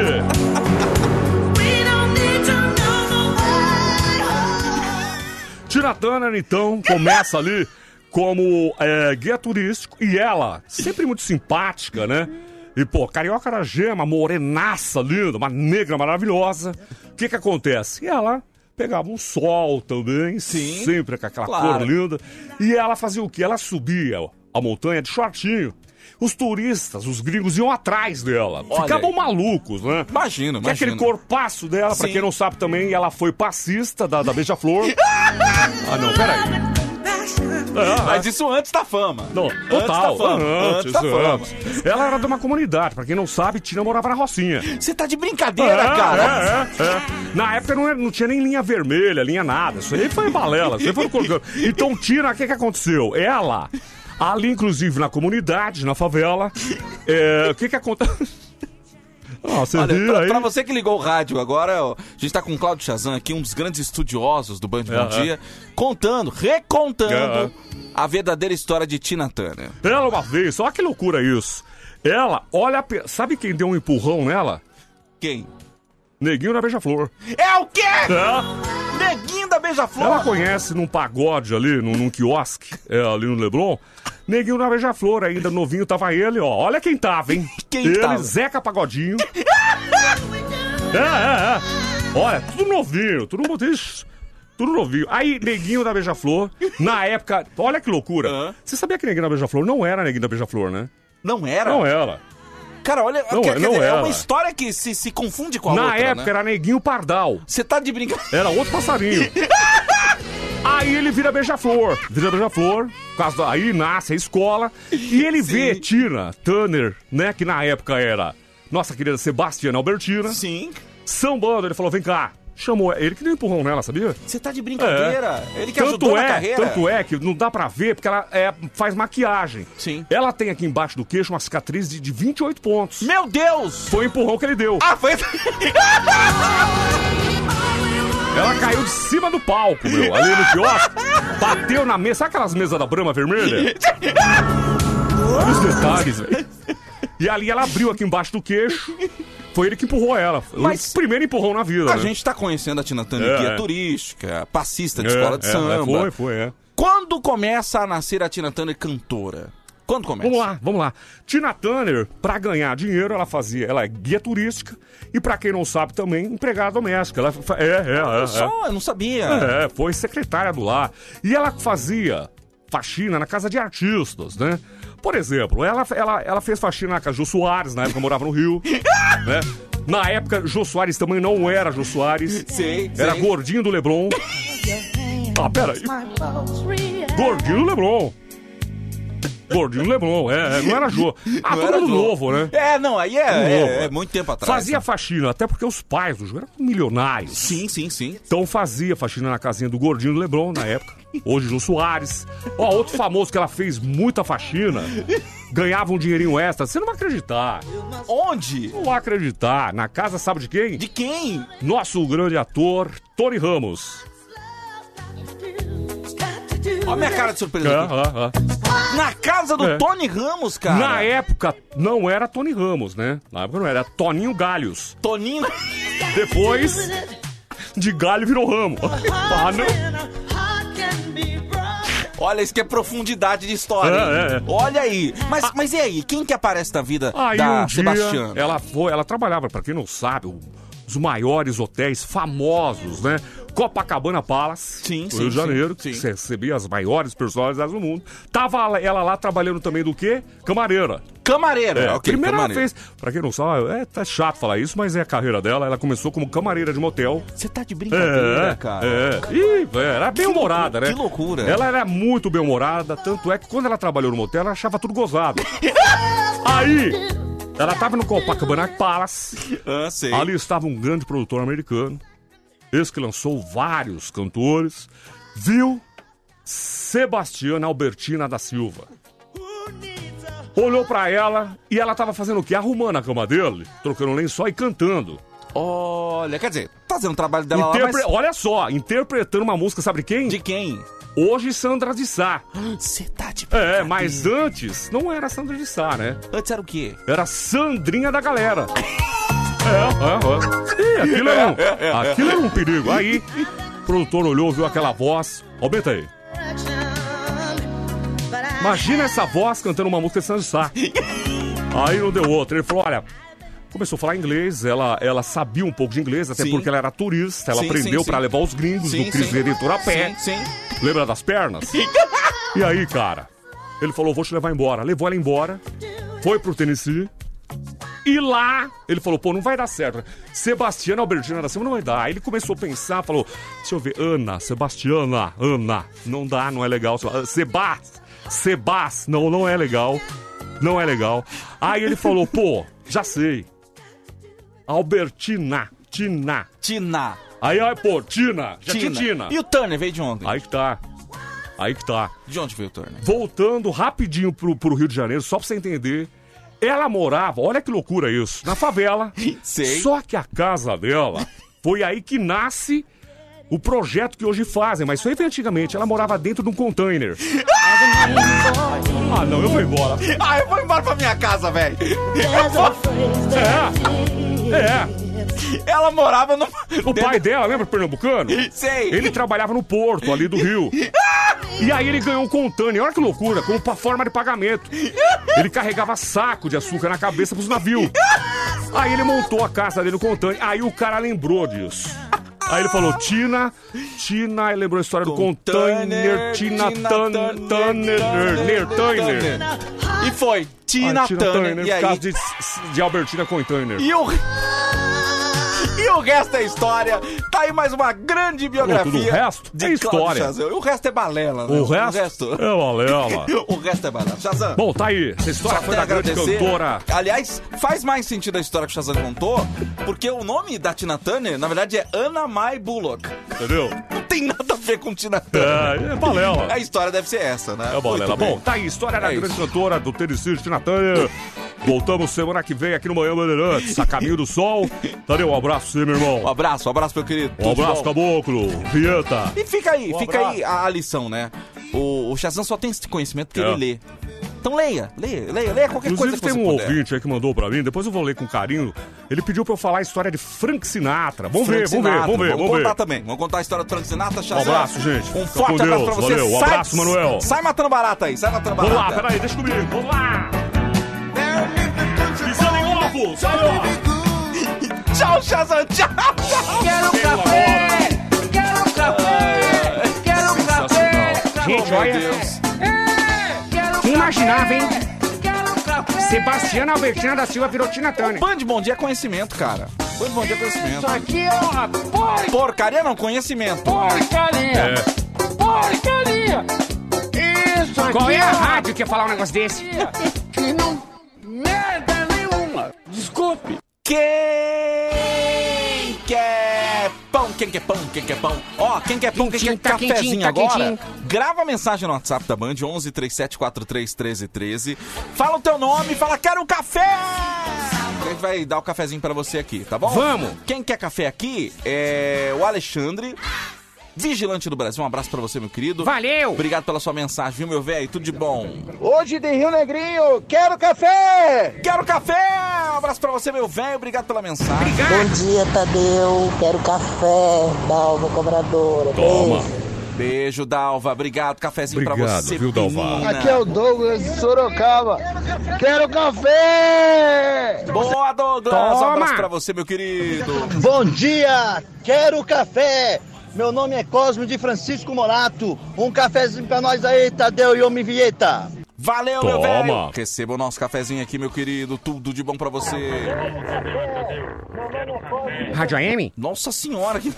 Speaker 3: Tina Turner, então, começa ali como é, guia turístico e ela, sempre muito simpática, né? E, pô, carioca era gema, morenaça linda, uma negra maravilhosa. O que que acontece? Ela pegava um sol também, Sim, sempre com aquela
Speaker 6: claro.
Speaker 3: cor linda. E ela fazia o quê? Ela subia a montanha de shortinho. Os turistas, os gringos iam atrás dela.
Speaker 6: Olha
Speaker 3: Ficavam
Speaker 6: aí.
Speaker 3: malucos, né?
Speaker 2: Imagino,
Speaker 3: Que aquele
Speaker 6: imagino.
Speaker 3: corpaço dela, pra
Speaker 6: Sim.
Speaker 3: quem não sabe também, ela foi passista da, da Beija-Flor. Ah, não, peraí. Ah,
Speaker 2: Mas isso antes da fama.
Speaker 3: Não,
Speaker 2: Antes da
Speaker 3: total.
Speaker 2: fama. Antes da fama.
Speaker 3: tá Ela era de uma comunidade, pra quem não sabe, Tina morava na Rocinha.
Speaker 2: Você tá de brincadeira, cara.
Speaker 3: É, é. Na época não, era- não tinha nem linha vermelha, linha nada. Isso aí foi balela. Isso aí foi colocando. Então, Tina, o que, que aconteceu? Ela, ali inclusive na comunidade, na favela, é, o que, que aconteceu? Ah, você
Speaker 2: Olha,
Speaker 3: viu
Speaker 2: pra,
Speaker 3: aí?
Speaker 2: pra você que ligou o rádio agora, ó, a gente tá com o Claudio Chazan aqui, um dos grandes estudiosos do Band Bom
Speaker 3: Aham.
Speaker 2: Dia, contando, recontando
Speaker 3: Aham.
Speaker 2: a verdadeira história de Tina Turner.
Speaker 3: Ela uma vez, olha que loucura isso. Ela, olha, a pe- sabe quem deu um empurrão nela?
Speaker 2: Quem?
Speaker 3: Neguinho na Beija-Flor.
Speaker 2: É o quê?
Speaker 3: É.
Speaker 2: Neguinho da Beija-Flor.
Speaker 3: Ela conhece num pagode ali, num, num quiosque, é, ali no Leblon. Neguinho na Beija-Flor, ainda novinho tava ele, ó. Olha quem tava, hein?
Speaker 2: Quem
Speaker 3: ele,
Speaker 2: tava?
Speaker 3: Zeca Pagodinho. é, é, é. Olha, tudo novinho, tudo novinho. Tudo novinho. Aí, Neguinho da Beija-Flor, na época. Olha que loucura. Você sabia que Neguinho da Beija-Flor não era Neguinho da Beija-Flor, né?
Speaker 2: Não era?
Speaker 3: Não era.
Speaker 2: Cara, olha,
Speaker 3: Não,
Speaker 2: quer- quer
Speaker 3: não
Speaker 2: dizer, é
Speaker 3: era.
Speaker 2: uma história que se, se confunde com a
Speaker 3: Na
Speaker 2: outra,
Speaker 3: época
Speaker 2: né?
Speaker 3: era Neguinho Pardal.
Speaker 2: Você tá de brincadeira.
Speaker 3: Era outro passarinho. Aí ele vira beija-flor. Vira beija-flor. por causa da- Aí nasce a escola. E ele vê Tina Turner, né? Que na época era nossa querida Sebastiana Albertina.
Speaker 2: Sim.
Speaker 3: Sambando. Ele falou, vem cá. Chamou. Ele que deu um empurrão nela, sabia?
Speaker 2: Você tá de brincadeira.
Speaker 3: É.
Speaker 2: Ele que
Speaker 3: tanto
Speaker 2: ajudou
Speaker 3: é,
Speaker 2: na carreira.
Speaker 3: Tanto é que não dá pra ver, porque ela é, faz maquiagem. Sim. Ela tem aqui embaixo do queixo uma cicatriz de, de 28 pontos.
Speaker 2: Meu Deus!
Speaker 3: Foi o empurrão que ele deu.
Speaker 2: Ah, foi...
Speaker 3: Ela caiu de cima do palco, meu. Ali no quiosque. Bateu na mesa. Sabe aquelas mesas da Brama Vermelha? Olha os detalhes, velho. E ali ela abriu aqui embaixo do queixo. Foi ele que empurrou ela. Mas primeiro empurrão na vida.
Speaker 2: A
Speaker 3: né?
Speaker 2: gente tá conhecendo a Tina Turner,
Speaker 3: É,
Speaker 2: guia
Speaker 3: é.
Speaker 2: turística, passista de
Speaker 3: É,
Speaker 2: escola de
Speaker 3: é, é,
Speaker 2: samba.
Speaker 3: foi, foi, é.
Speaker 2: Quando começa a nascer a Tina Turner cantora? Quando começa?
Speaker 3: Vamos lá, vamos lá. Tina Turner, pra ganhar dinheiro, ela fazia, ela é guia turística e pra quem não sabe também, empregada doméstica. Ela fa- é, é, é, é.
Speaker 2: Só, eu não sabia.
Speaker 3: É, foi secretária do lar. E ela fazia faxina na casa de artistas, né? Por exemplo, ela, ela, ela fez faxina na casa de Jô Soares, na época morava no Rio, né? Na época, Jô Soares também não era Jô Soares.
Speaker 2: Sim,
Speaker 3: É. Era
Speaker 2: sim.
Speaker 3: gordinho do Leblon. Ah, peraí. Gordinho do Leblon. Gordinho do Leblon, é, é, não era Jô. Ah,
Speaker 2: Não
Speaker 3: todo
Speaker 2: era
Speaker 3: mundo
Speaker 2: Jô.
Speaker 3: novo, né?
Speaker 2: É, não, aí é,
Speaker 3: Tudo
Speaker 2: é-
Speaker 3: novo,
Speaker 2: é
Speaker 3: né?
Speaker 2: muito tempo atrás.
Speaker 3: Fazia faxina, até porque os pais do Jô eram milionários.
Speaker 2: Sim, sim, sim.
Speaker 3: Então fazia faxina na casinha do Gordinho do Lebron na época. Hoje Jô Soares. Ó, outro famoso que ela fez muita faxina. Ganhava um dinheirinho extra. Você não vai acreditar.
Speaker 2: Onde?
Speaker 3: Não vai acreditar. Na casa, sabe de quem? De
Speaker 2: quem?
Speaker 3: Nosso grande ator, Tony Ramos.
Speaker 2: Olha a minha cara de surpresa.
Speaker 3: Ah, ah, ah.
Speaker 2: Na casa do
Speaker 3: É.
Speaker 2: Tony Ramos, cara.
Speaker 3: Na é- época, não era Tony Ramos, né? Na época não era. Toninho Galhos.
Speaker 2: Toninho.
Speaker 3: Depois, de galho virou ramo. Ah, não.
Speaker 2: Olha, isso que é profundidade de história.
Speaker 3: É,
Speaker 2: hein?
Speaker 3: é, é.
Speaker 2: Olha aí. Mas, mas e aí? Quem que aparece na vida
Speaker 3: Aí
Speaker 2: da
Speaker 3: um dia,
Speaker 2: Sebastiana?
Speaker 3: ela foi, ela trabalhava, pra quem não sabe, um dos maiores hotéis famosos, né? Copacabana Palace, sim,
Speaker 2: sim,
Speaker 3: Rio de
Speaker 2: sim,
Speaker 3: Janeiro, que se- recebia as maiores personalidades do mundo. Tava ela lá trabalhando também do quê? Camareira.
Speaker 2: Camareira,
Speaker 3: é,
Speaker 2: ok,
Speaker 3: Primeira
Speaker 2: camareira.
Speaker 3: vez. Pra quem não sabe, é tá chato falar isso, mas é a carreira dela. Ela começou como camareira de motel.
Speaker 2: Você tá de brincadeira,
Speaker 3: é,
Speaker 2: cara.
Speaker 3: É. Ih, velho, era
Speaker 2: Que
Speaker 3: bem humorada,
Speaker 2: loucura,
Speaker 3: né?
Speaker 2: que loucura.
Speaker 3: Ela era muito bem humorada, tanto é que quando ela trabalhou no motel, ela achava tudo gozado. Aí, Ela tava no Copacabana Palace.
Speaker 2: Ah,
Speaker 3: Ali estava um grande produtor americano. Esse que lançou vários cantores. Viu Sebastiana Albertina da Silva. Olhou pra ela e ela tava fazendo o quê? Arrumando a cama dele, trocando lençol e cantando.
Speaker 2: Olha, quer dizer, tá fazendo o trabalho dela lá,
Speaker 3: Interpre-
Speaker 2: mas-
Speaker 3: Olha só, interpretando uma música, sabe de quem? De quem? Hoje Sandra de Sá. Você tá de É, mas antes não era Sandra de Sá, né? Antes era o quê? Era Sandrinha da Galera. é, é, é. Ih, aquilo, era um, aquilo era um perigo. Aí, o produtor olhou, viu aquela voz. Aumenta aí. Imagina essa voz cantando uma música de Sandra de Sá. Aí não deu outra. Ele falou, olha... Começou a falar inglês, ela, ela sabia um pouco de inglês, até
Speaker 6: Sim.
Speaker 3: porque ela era turista, ela
Speaker 6: Sim,
Speaker 3: aprendeu
Speaker 6: sim,
Speaker 3: pra
Speaker 6: sim.
Speaker 3: levar os gringos
Speaker 6: Sim,
Speaker 3: do Cris
Speaker 6: sim.
Speaker 3: Veretor a pé.
Speaker 6: Sim,
Speaker 3: Lembra das pernas? E aí, cara, ele falou, vou te levar embora. Levou ela embora, foi pro Tennessee. E lá, ele falou, pô, não vai dar certo. Sebastiana Albertina da Silva não vai dar. Aí ele começou a pensar, falou, deixa eu ver, Ana, Sebastiana, Ana, não dá, não é legal. Seba- Sebas, Sebas, não, não é legal. Não é legal. Aí ele falou, pô, já sei. Albertina, Tina. Tina. Aí, aí pô, Tina, já tinha
Speaker 2: Tina.
Speaker 3: Tina.
Speaker 2: E o
Speaker 3: Turner veio de ontem? Aí que tá. Aí que tá. De onde veio o Turner? Voltando rapidinho pro, pro Rio de Janeiro, só pra você entender. Ela morava, olha que loucura isso, na favela. Sei. Só que a casa dela foi aí que nasce o projeto que hoje fazem, mas isso aí foi antigamente. Ela morava dentro de um container. Ah, não, eu vou embora.
Speaker 2: Ah, eu vou embora pra minha casa, velho.
Speaker 3: É. Ela morava no. O pai dela, lembra o pernambucano? Sei. Ele trabalhava no porto ali do Rio. E aí ele ganhou um container, olha que loucura, como pa- forma de pagamento. Ele carregava saco de açúcar na cabeça pros navios. Aí ele montou a casa dele no container, aí o cara lembrou disso. Aí ele falou, Tina, Tina, aí lembrou a história do container, Tina,
Speaker 2: Tina
Speaker 3: Tan-
Speaker 2: Turner,
Speaker 3: Turner, Turner,
Speaker 2: Turner.
Speaker 3: Turner.
Speaker 2: E foi. Tina,
Speaker 3: Ah,
Speaker 2: Turner. E
Speaker 3: por
Speaker 2: aí?
Speaker 3: causa de, de Albertina Container.
Speaker 2: E o... E o resto é história. Tá aí mais uma grande biografia.
Speaker 3: tudo, o resto
Speaker 2: de
Speaker 3: é
Speaker 2: Cláudio
Speaker 3: história.
Speaker 2: Chazan. E o resto é balela. né?
Speaker 3: O resto é balela.
Speaker 2: o resto é balela. Chazan.
Speaker 3: Bom, tá aí. Essa história
Speaker 2: só
Speaker 3: foi
Speaker 2: tenho
Speaker 3: da
Speaker 2: a
Speaker 3: grande
Speaker 2: agradecer. né?
Speaker 3: cantora.
Speaker 2: Aliás, faz mais sentido a história que o Shazam contou, porque o nome da Tina Turner, na verdade, é Anna Mai Bullock.
Speaker 3: Entendeu?
Speaker 2: Não tem nada a ver com Tina Turner.
Speaker 3: É, é balela.
Speaker 2: A história deve ser essa, né?
Speaker 3: É balela.
Speaker 2: Muito bem.
Speaker 3: Bom, tá aí. História da
Speaker 2: É
Speaker 3: grande
Speaker 2: isso.
Speaker 3: cantora do Tennessee, de Natanha. Voltamos semana que vem aqui no Manhã Bandeirantes, a caminho do sol. Tadeu, um abraço pra você, meu irmão. Um
Speaker 2: abraço, um abraço, meu querido.
Speaker 3: Um
Speaker 2: Tudo
Speaker 3: abraço,
Speaker 2: bom?
Speaker 3: caboclo. Vinheta.
Speaker 2: E fica aí,
Speaker 3: Um
Speaker 2: fica
Speaker 3: abraço.
Speaker 2: aí a, a lição, né? O, o Shazam só tem esse conhecimento porque
Speaker 3: É.
Speaker 2: ele lê. Então leia, leia, leia, leia qualquer
Speaker 3: Inclusive,
Speaker 2: coisa que
Speaker 3: tem
Speaker 2: você
Speaker 3: um
Speaker 2: puder.
Speaker 3: ouvinte aí que mandou pra mim, depois eu vou ler com carinho. Ele pediu pra eu falar a história de Frank Sinatra. Vamos ver,
Speaker 2: Frank
Speaker 3: vamos ver,
Speaker 2: Sinatra.
Speaker 3: vamos ver, vamos ver.
Speaker 2: Vamos contar também. Vamos contar a história do Frank Sinatra, Shazam.
Speaker 3: abraço, gente.
Speaker 2: Um
Speaker 3: Fica
Speaker 2: forte
Speaker 3: com
Speaker 2: abraço pra
Speaker 3: Deus.
Speaker 2: você.
Speaker 3: Valeu. Um
Speaker 2: Sai-
Speaker 3: abraço, Manuel.
Speaker 2: Sai matando barata aí, sai matando barata.
Speaker 3: Vamos lá, peraí, deixa comigo. Vamos lá. Pisando em ovo,
Speaker 2: Tchau, Shazam, tchau, tchau. Quero um café, quero um café, quero um café.
Speaker 15: Gente, olha.
Speaker 2: Quem imaginava, hein? um
Speaker 6: Sebastiana Albertina da Silva virou Tina Turner.
Speaker 2: Band Bom Dia é conhecimento, cara. Band Bom Dia é conhecimento.
Speaker 15: aqui é uma porca-
Speaker 2: Porcaria não, conhecimento.
Speaker 15: porcaria! Porcaria! Isso aqui
Speaker 6: Qual é a
Speaker 15: uma
Speaker 6: rádio que ia falar um negócio desse?
Speaker 15: Que não. Merda nenhuma! Desculpe!
Speaker 2: Quem quer é pão? Quem quer pão? Quem quer pão? Ó, quem quer pão? Quem quer
Speaker 15: Quentinho, tá
Speaker 2: cafezinho
Speaker 15: quentinho, tá
Speaker 2: agora?
Speaker 15: quentinho.
Speaker 2: Grava a mensagem no WhatsApp da Band, 11 37 43 13 13. Fala o teu nome, fala quero um café! A gente vai dar o cafezinho pra você aqui, tá bom? Vamos! Quem quer café aqui é o Alexandre. Vigilante do Brasil, um abraço pra você, meu querido. Valeu! Obrigado pela sua mensagem, viu, meu velho? Tudo de bom.
Speaker 13: Hoje de Rio Negrinho, quero café!
Speaker 2: Quero café! Um abraço pra você, meu velho. Obrigado pela mensagem.
Speaker 18: Bom dia, Tadeu. Quero café, Dalva Cobradora. Beijo.
Speaker 2: Beijo, Dalva. Obrigado. Cafezinho pra
Speaker 3: Obrigado,
Speaker 2: você.
Speaker 3: viu, Dalva?
Speaker 2: menina.
Speaker 13: Aqui é o Douglas de Sorocaba. Quero café!
Speaker 2: Boa, Douglas! Um abraço pra você, meu querido.
Speaker 13: Bom dia, quero café! Meu nome é Cosme de Francisco Morato. Um cafezinho pra nós aí, Tadeu e Homem Vieta.
Speaker 2: Valeu, meu
Speaker 3: Toma.
Speaker 2: velho! Receba o nosso cafezinho aqui, meu querido. Tudo de bom pra você.
Speaker 6: Rádio AM?
Speaker 2: Nossa senhora, que...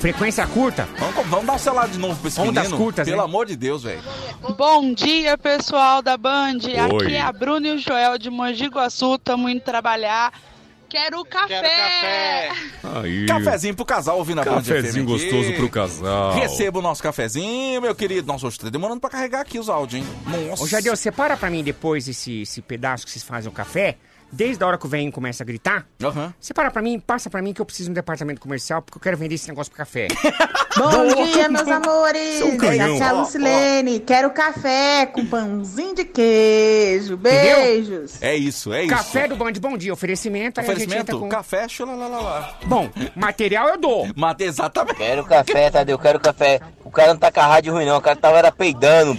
Speaker 6: Frequência curta?
Speaker 2: Vamos, vamos dar um celular de novo pra esse
Speaker 6: Ondas
Speaker 2: menino?
Speaker 6: curtas,
Speaker 2: Pelo
Speaker 6: né?
Speaker 2: amor de Deus, velho.
Speaker 19: Bom dia, pessoal da Band.
Speaker 2: Oi.
Speaker 19: Aqui é a Bruna e o Joel de Mogi Guaçu. Tamo indo trabalhar. Quero café!
Speaker 3: Aí.
Speaker 2: Cafezinho pro casal ouvindo a Band
Speaker 3: Cafezinho
Speaker 2: FM aqui.
Speaker 3: gostoso pro casal.
Speaker 2: Receba o nosso cafezinho, meu querido. Nossa, hoje tá demorando pra carregar aqui os áudios, hein? Nossa.
Speaker 6: Ô, Jadeu, separa pra mim depois esse, esse pedaço que vocês fazem o café. Desde a hora que o velhinho começa a gritar. Separa pra mim, passa pra mim que eu preciso de um departamento comercial porque eu quero vender esse negócio pro café.
Speaker 20: Bom dia, meus amores!
Speaker 6: Você é um canhão.
Speaker 20: Aqui é a Lucilene. Quero café com pãozinho de queijo. Beijos!
Speaker 2: É isso, é isso.
Speaker 6: Café do Band, bom dia. Oferecimento, aí a gente
Speaker 2: Oferecimento,
Speaker 6: entra com...
Speaker 2: café, xulalalala.
Speaker 6: Bom, material eu dou.
Speaker 2: Mate, exatamente.
Speaker 21: Quero café, Tadeu, quero café. O cara não tá com a rádio ruim, não. O cara tava era peidando.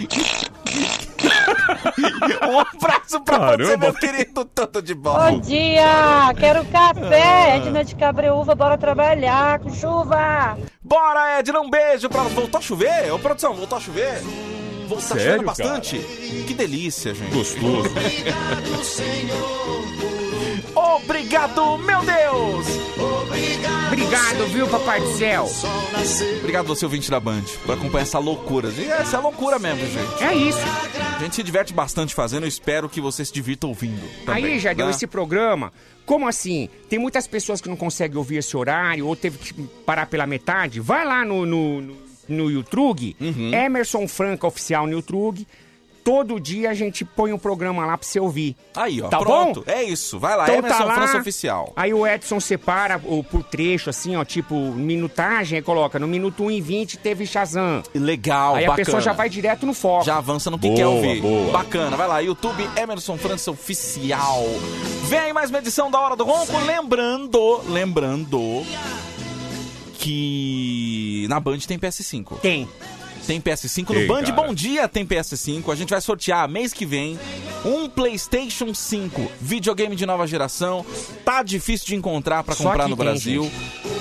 Speaker 2: um abraço pra você, meu querido. Tanto de bom.
Speaker 12: Bom dia! Quero um café! Edna de Cabreúva, bora trabalhar com chuva!
Speaker 2: Bora, Edna, um beijo pra... Voltou a chover? Ô, produção, voltou a chover? Voltou tá
Speaker 3: Sério,
Speaker 2: chovendo bastante? Que delícia, gente.
Speaker 3: Gostoso.
Speaker 2: Obrigado, meu Deus!
Speaker 6: Obrigado, viu, Papai do Céu?
Speaker 2: Obrigado você, ouvinte da Band, por acompanhar essa loucura. Essa é loucura mesmo, gente.
Speaker 6: É isso.
Speaker 2: A gente se diverte bastante fazendo, eu espero que você se divirta ouvindo.
Speaker 6: Aí, já deu
Speaker 2: né?
Speaker 6: esse programa. Como assim? Tem muitas pessoas que não conseguem ouvir esse horário ou teve que parar pela metade. Vai lá no, no, no, no YouTube,
Speaker 2: Uhum.
Speaker 6: Emerson Franca Oficial no YouTube. Todo dia a gente põe um programa lá pra você ouvir.
Speaker 2: Aí, ó,
Speaker 6: Tá
Speaker 2: pronto.
Speaker 6: bom?
Speaker 2: É isso, vai lá,
Speaker 6: Então
Speaker 2: Emerson
Speaker 6: tá lá.
Speaker 2: França Oficial.
Speaker 6: Aí o Edson separa o, por trecho, assim, ó, tipo, minutagem, aí coloca no minuto 1 e 20 teve Shazam.
Speaker 2: Legal,
Speaker 6: Aí a
Speaker 2: bacana.
Speaker 6: pessoa já vai direto no foco.
Speaker 2: Já avança no que quer ouvir. Bacana, vai lá, YouTube Emerson França Oficial. Vem mais uma edição da Hora do Ronco, lembrando, lembrando que na Band tem PS5.
Speaker 6: Tem.
Speaker 2: Tem PS5 no
Speaker 3: Ei,
Speaker 2: Band
Speaker 3: cara.
Speaker 2: Bom Dia tem PS5. A gente vai sortear mês que vem um PlayStation 5, videogame de nova geração. Tá difícil de encontrar pra
Speaker 3: Só
Speaker 2: comprar
Speaker 3: aqui
Speaker 2: no
Speaker 3: tem,
Speaker 2: Brasil.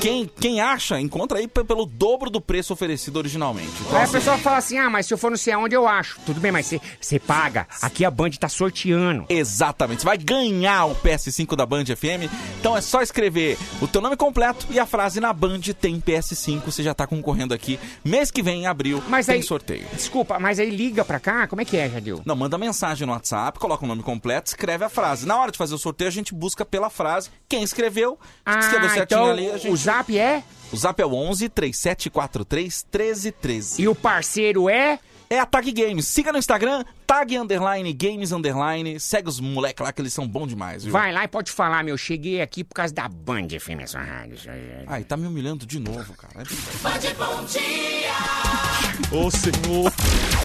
Speaker 2: Quem, quem acha, encontra aí pe- pelo dobro do preço oferecido originalmente. Então,
Speaker 6: Aí a
Speaker 2: assim,
Speaker 6: pessoa fala assim: ah, mas se eu for não sei aonde eu acho. Tudo bem, mas você- você paga. Aqui a Band tá sorteando.
Speaker 2: Exatamente, você vai ganhar o PS5 da Band FM. Então é só escrever o teu nome completo e a frase na Band tem PS5. Você já tá concorrendo aqui. Mês que vem, em abril,
Speaker 6: Mas
Speaker 2: tem
Speaker 6: aí-
Speaker 2: sorteio.
Speaker 6: Desculpa, mas aí liga pra cá, como é que é, Jadil?
Speaker 2: Não, manda mensagem no WhatsApp, coloca o nome completo, escreve a frase. Na hora de fazer o sorteio, a gente busca pela frase quem escreveu. Se escreveu
Speaker 6: Ah,
Speaker 2: certinho
Speaker 6: então
Speaker 2: ali, a gente...
Speaker 6: o zap é?
Speaker 2: O zap é o 11 3743 1313.
Speaker 6: E o parceiro é?
Speaker 2: É a Tag Games. Siga no Instagram, tag underline, games underline. Segue os moleques lá que eles são bons demais, viu?
Speaker 6: Vai lá e pode falar, meu. Cheguei aqui por causa da Band FM, essa rádio. isso aí.
Speaker 2: É Ai, tá me humilhando de novo, cara.
Speaker 15: Band, bom dia!
Speaker 2: Ô, senhor!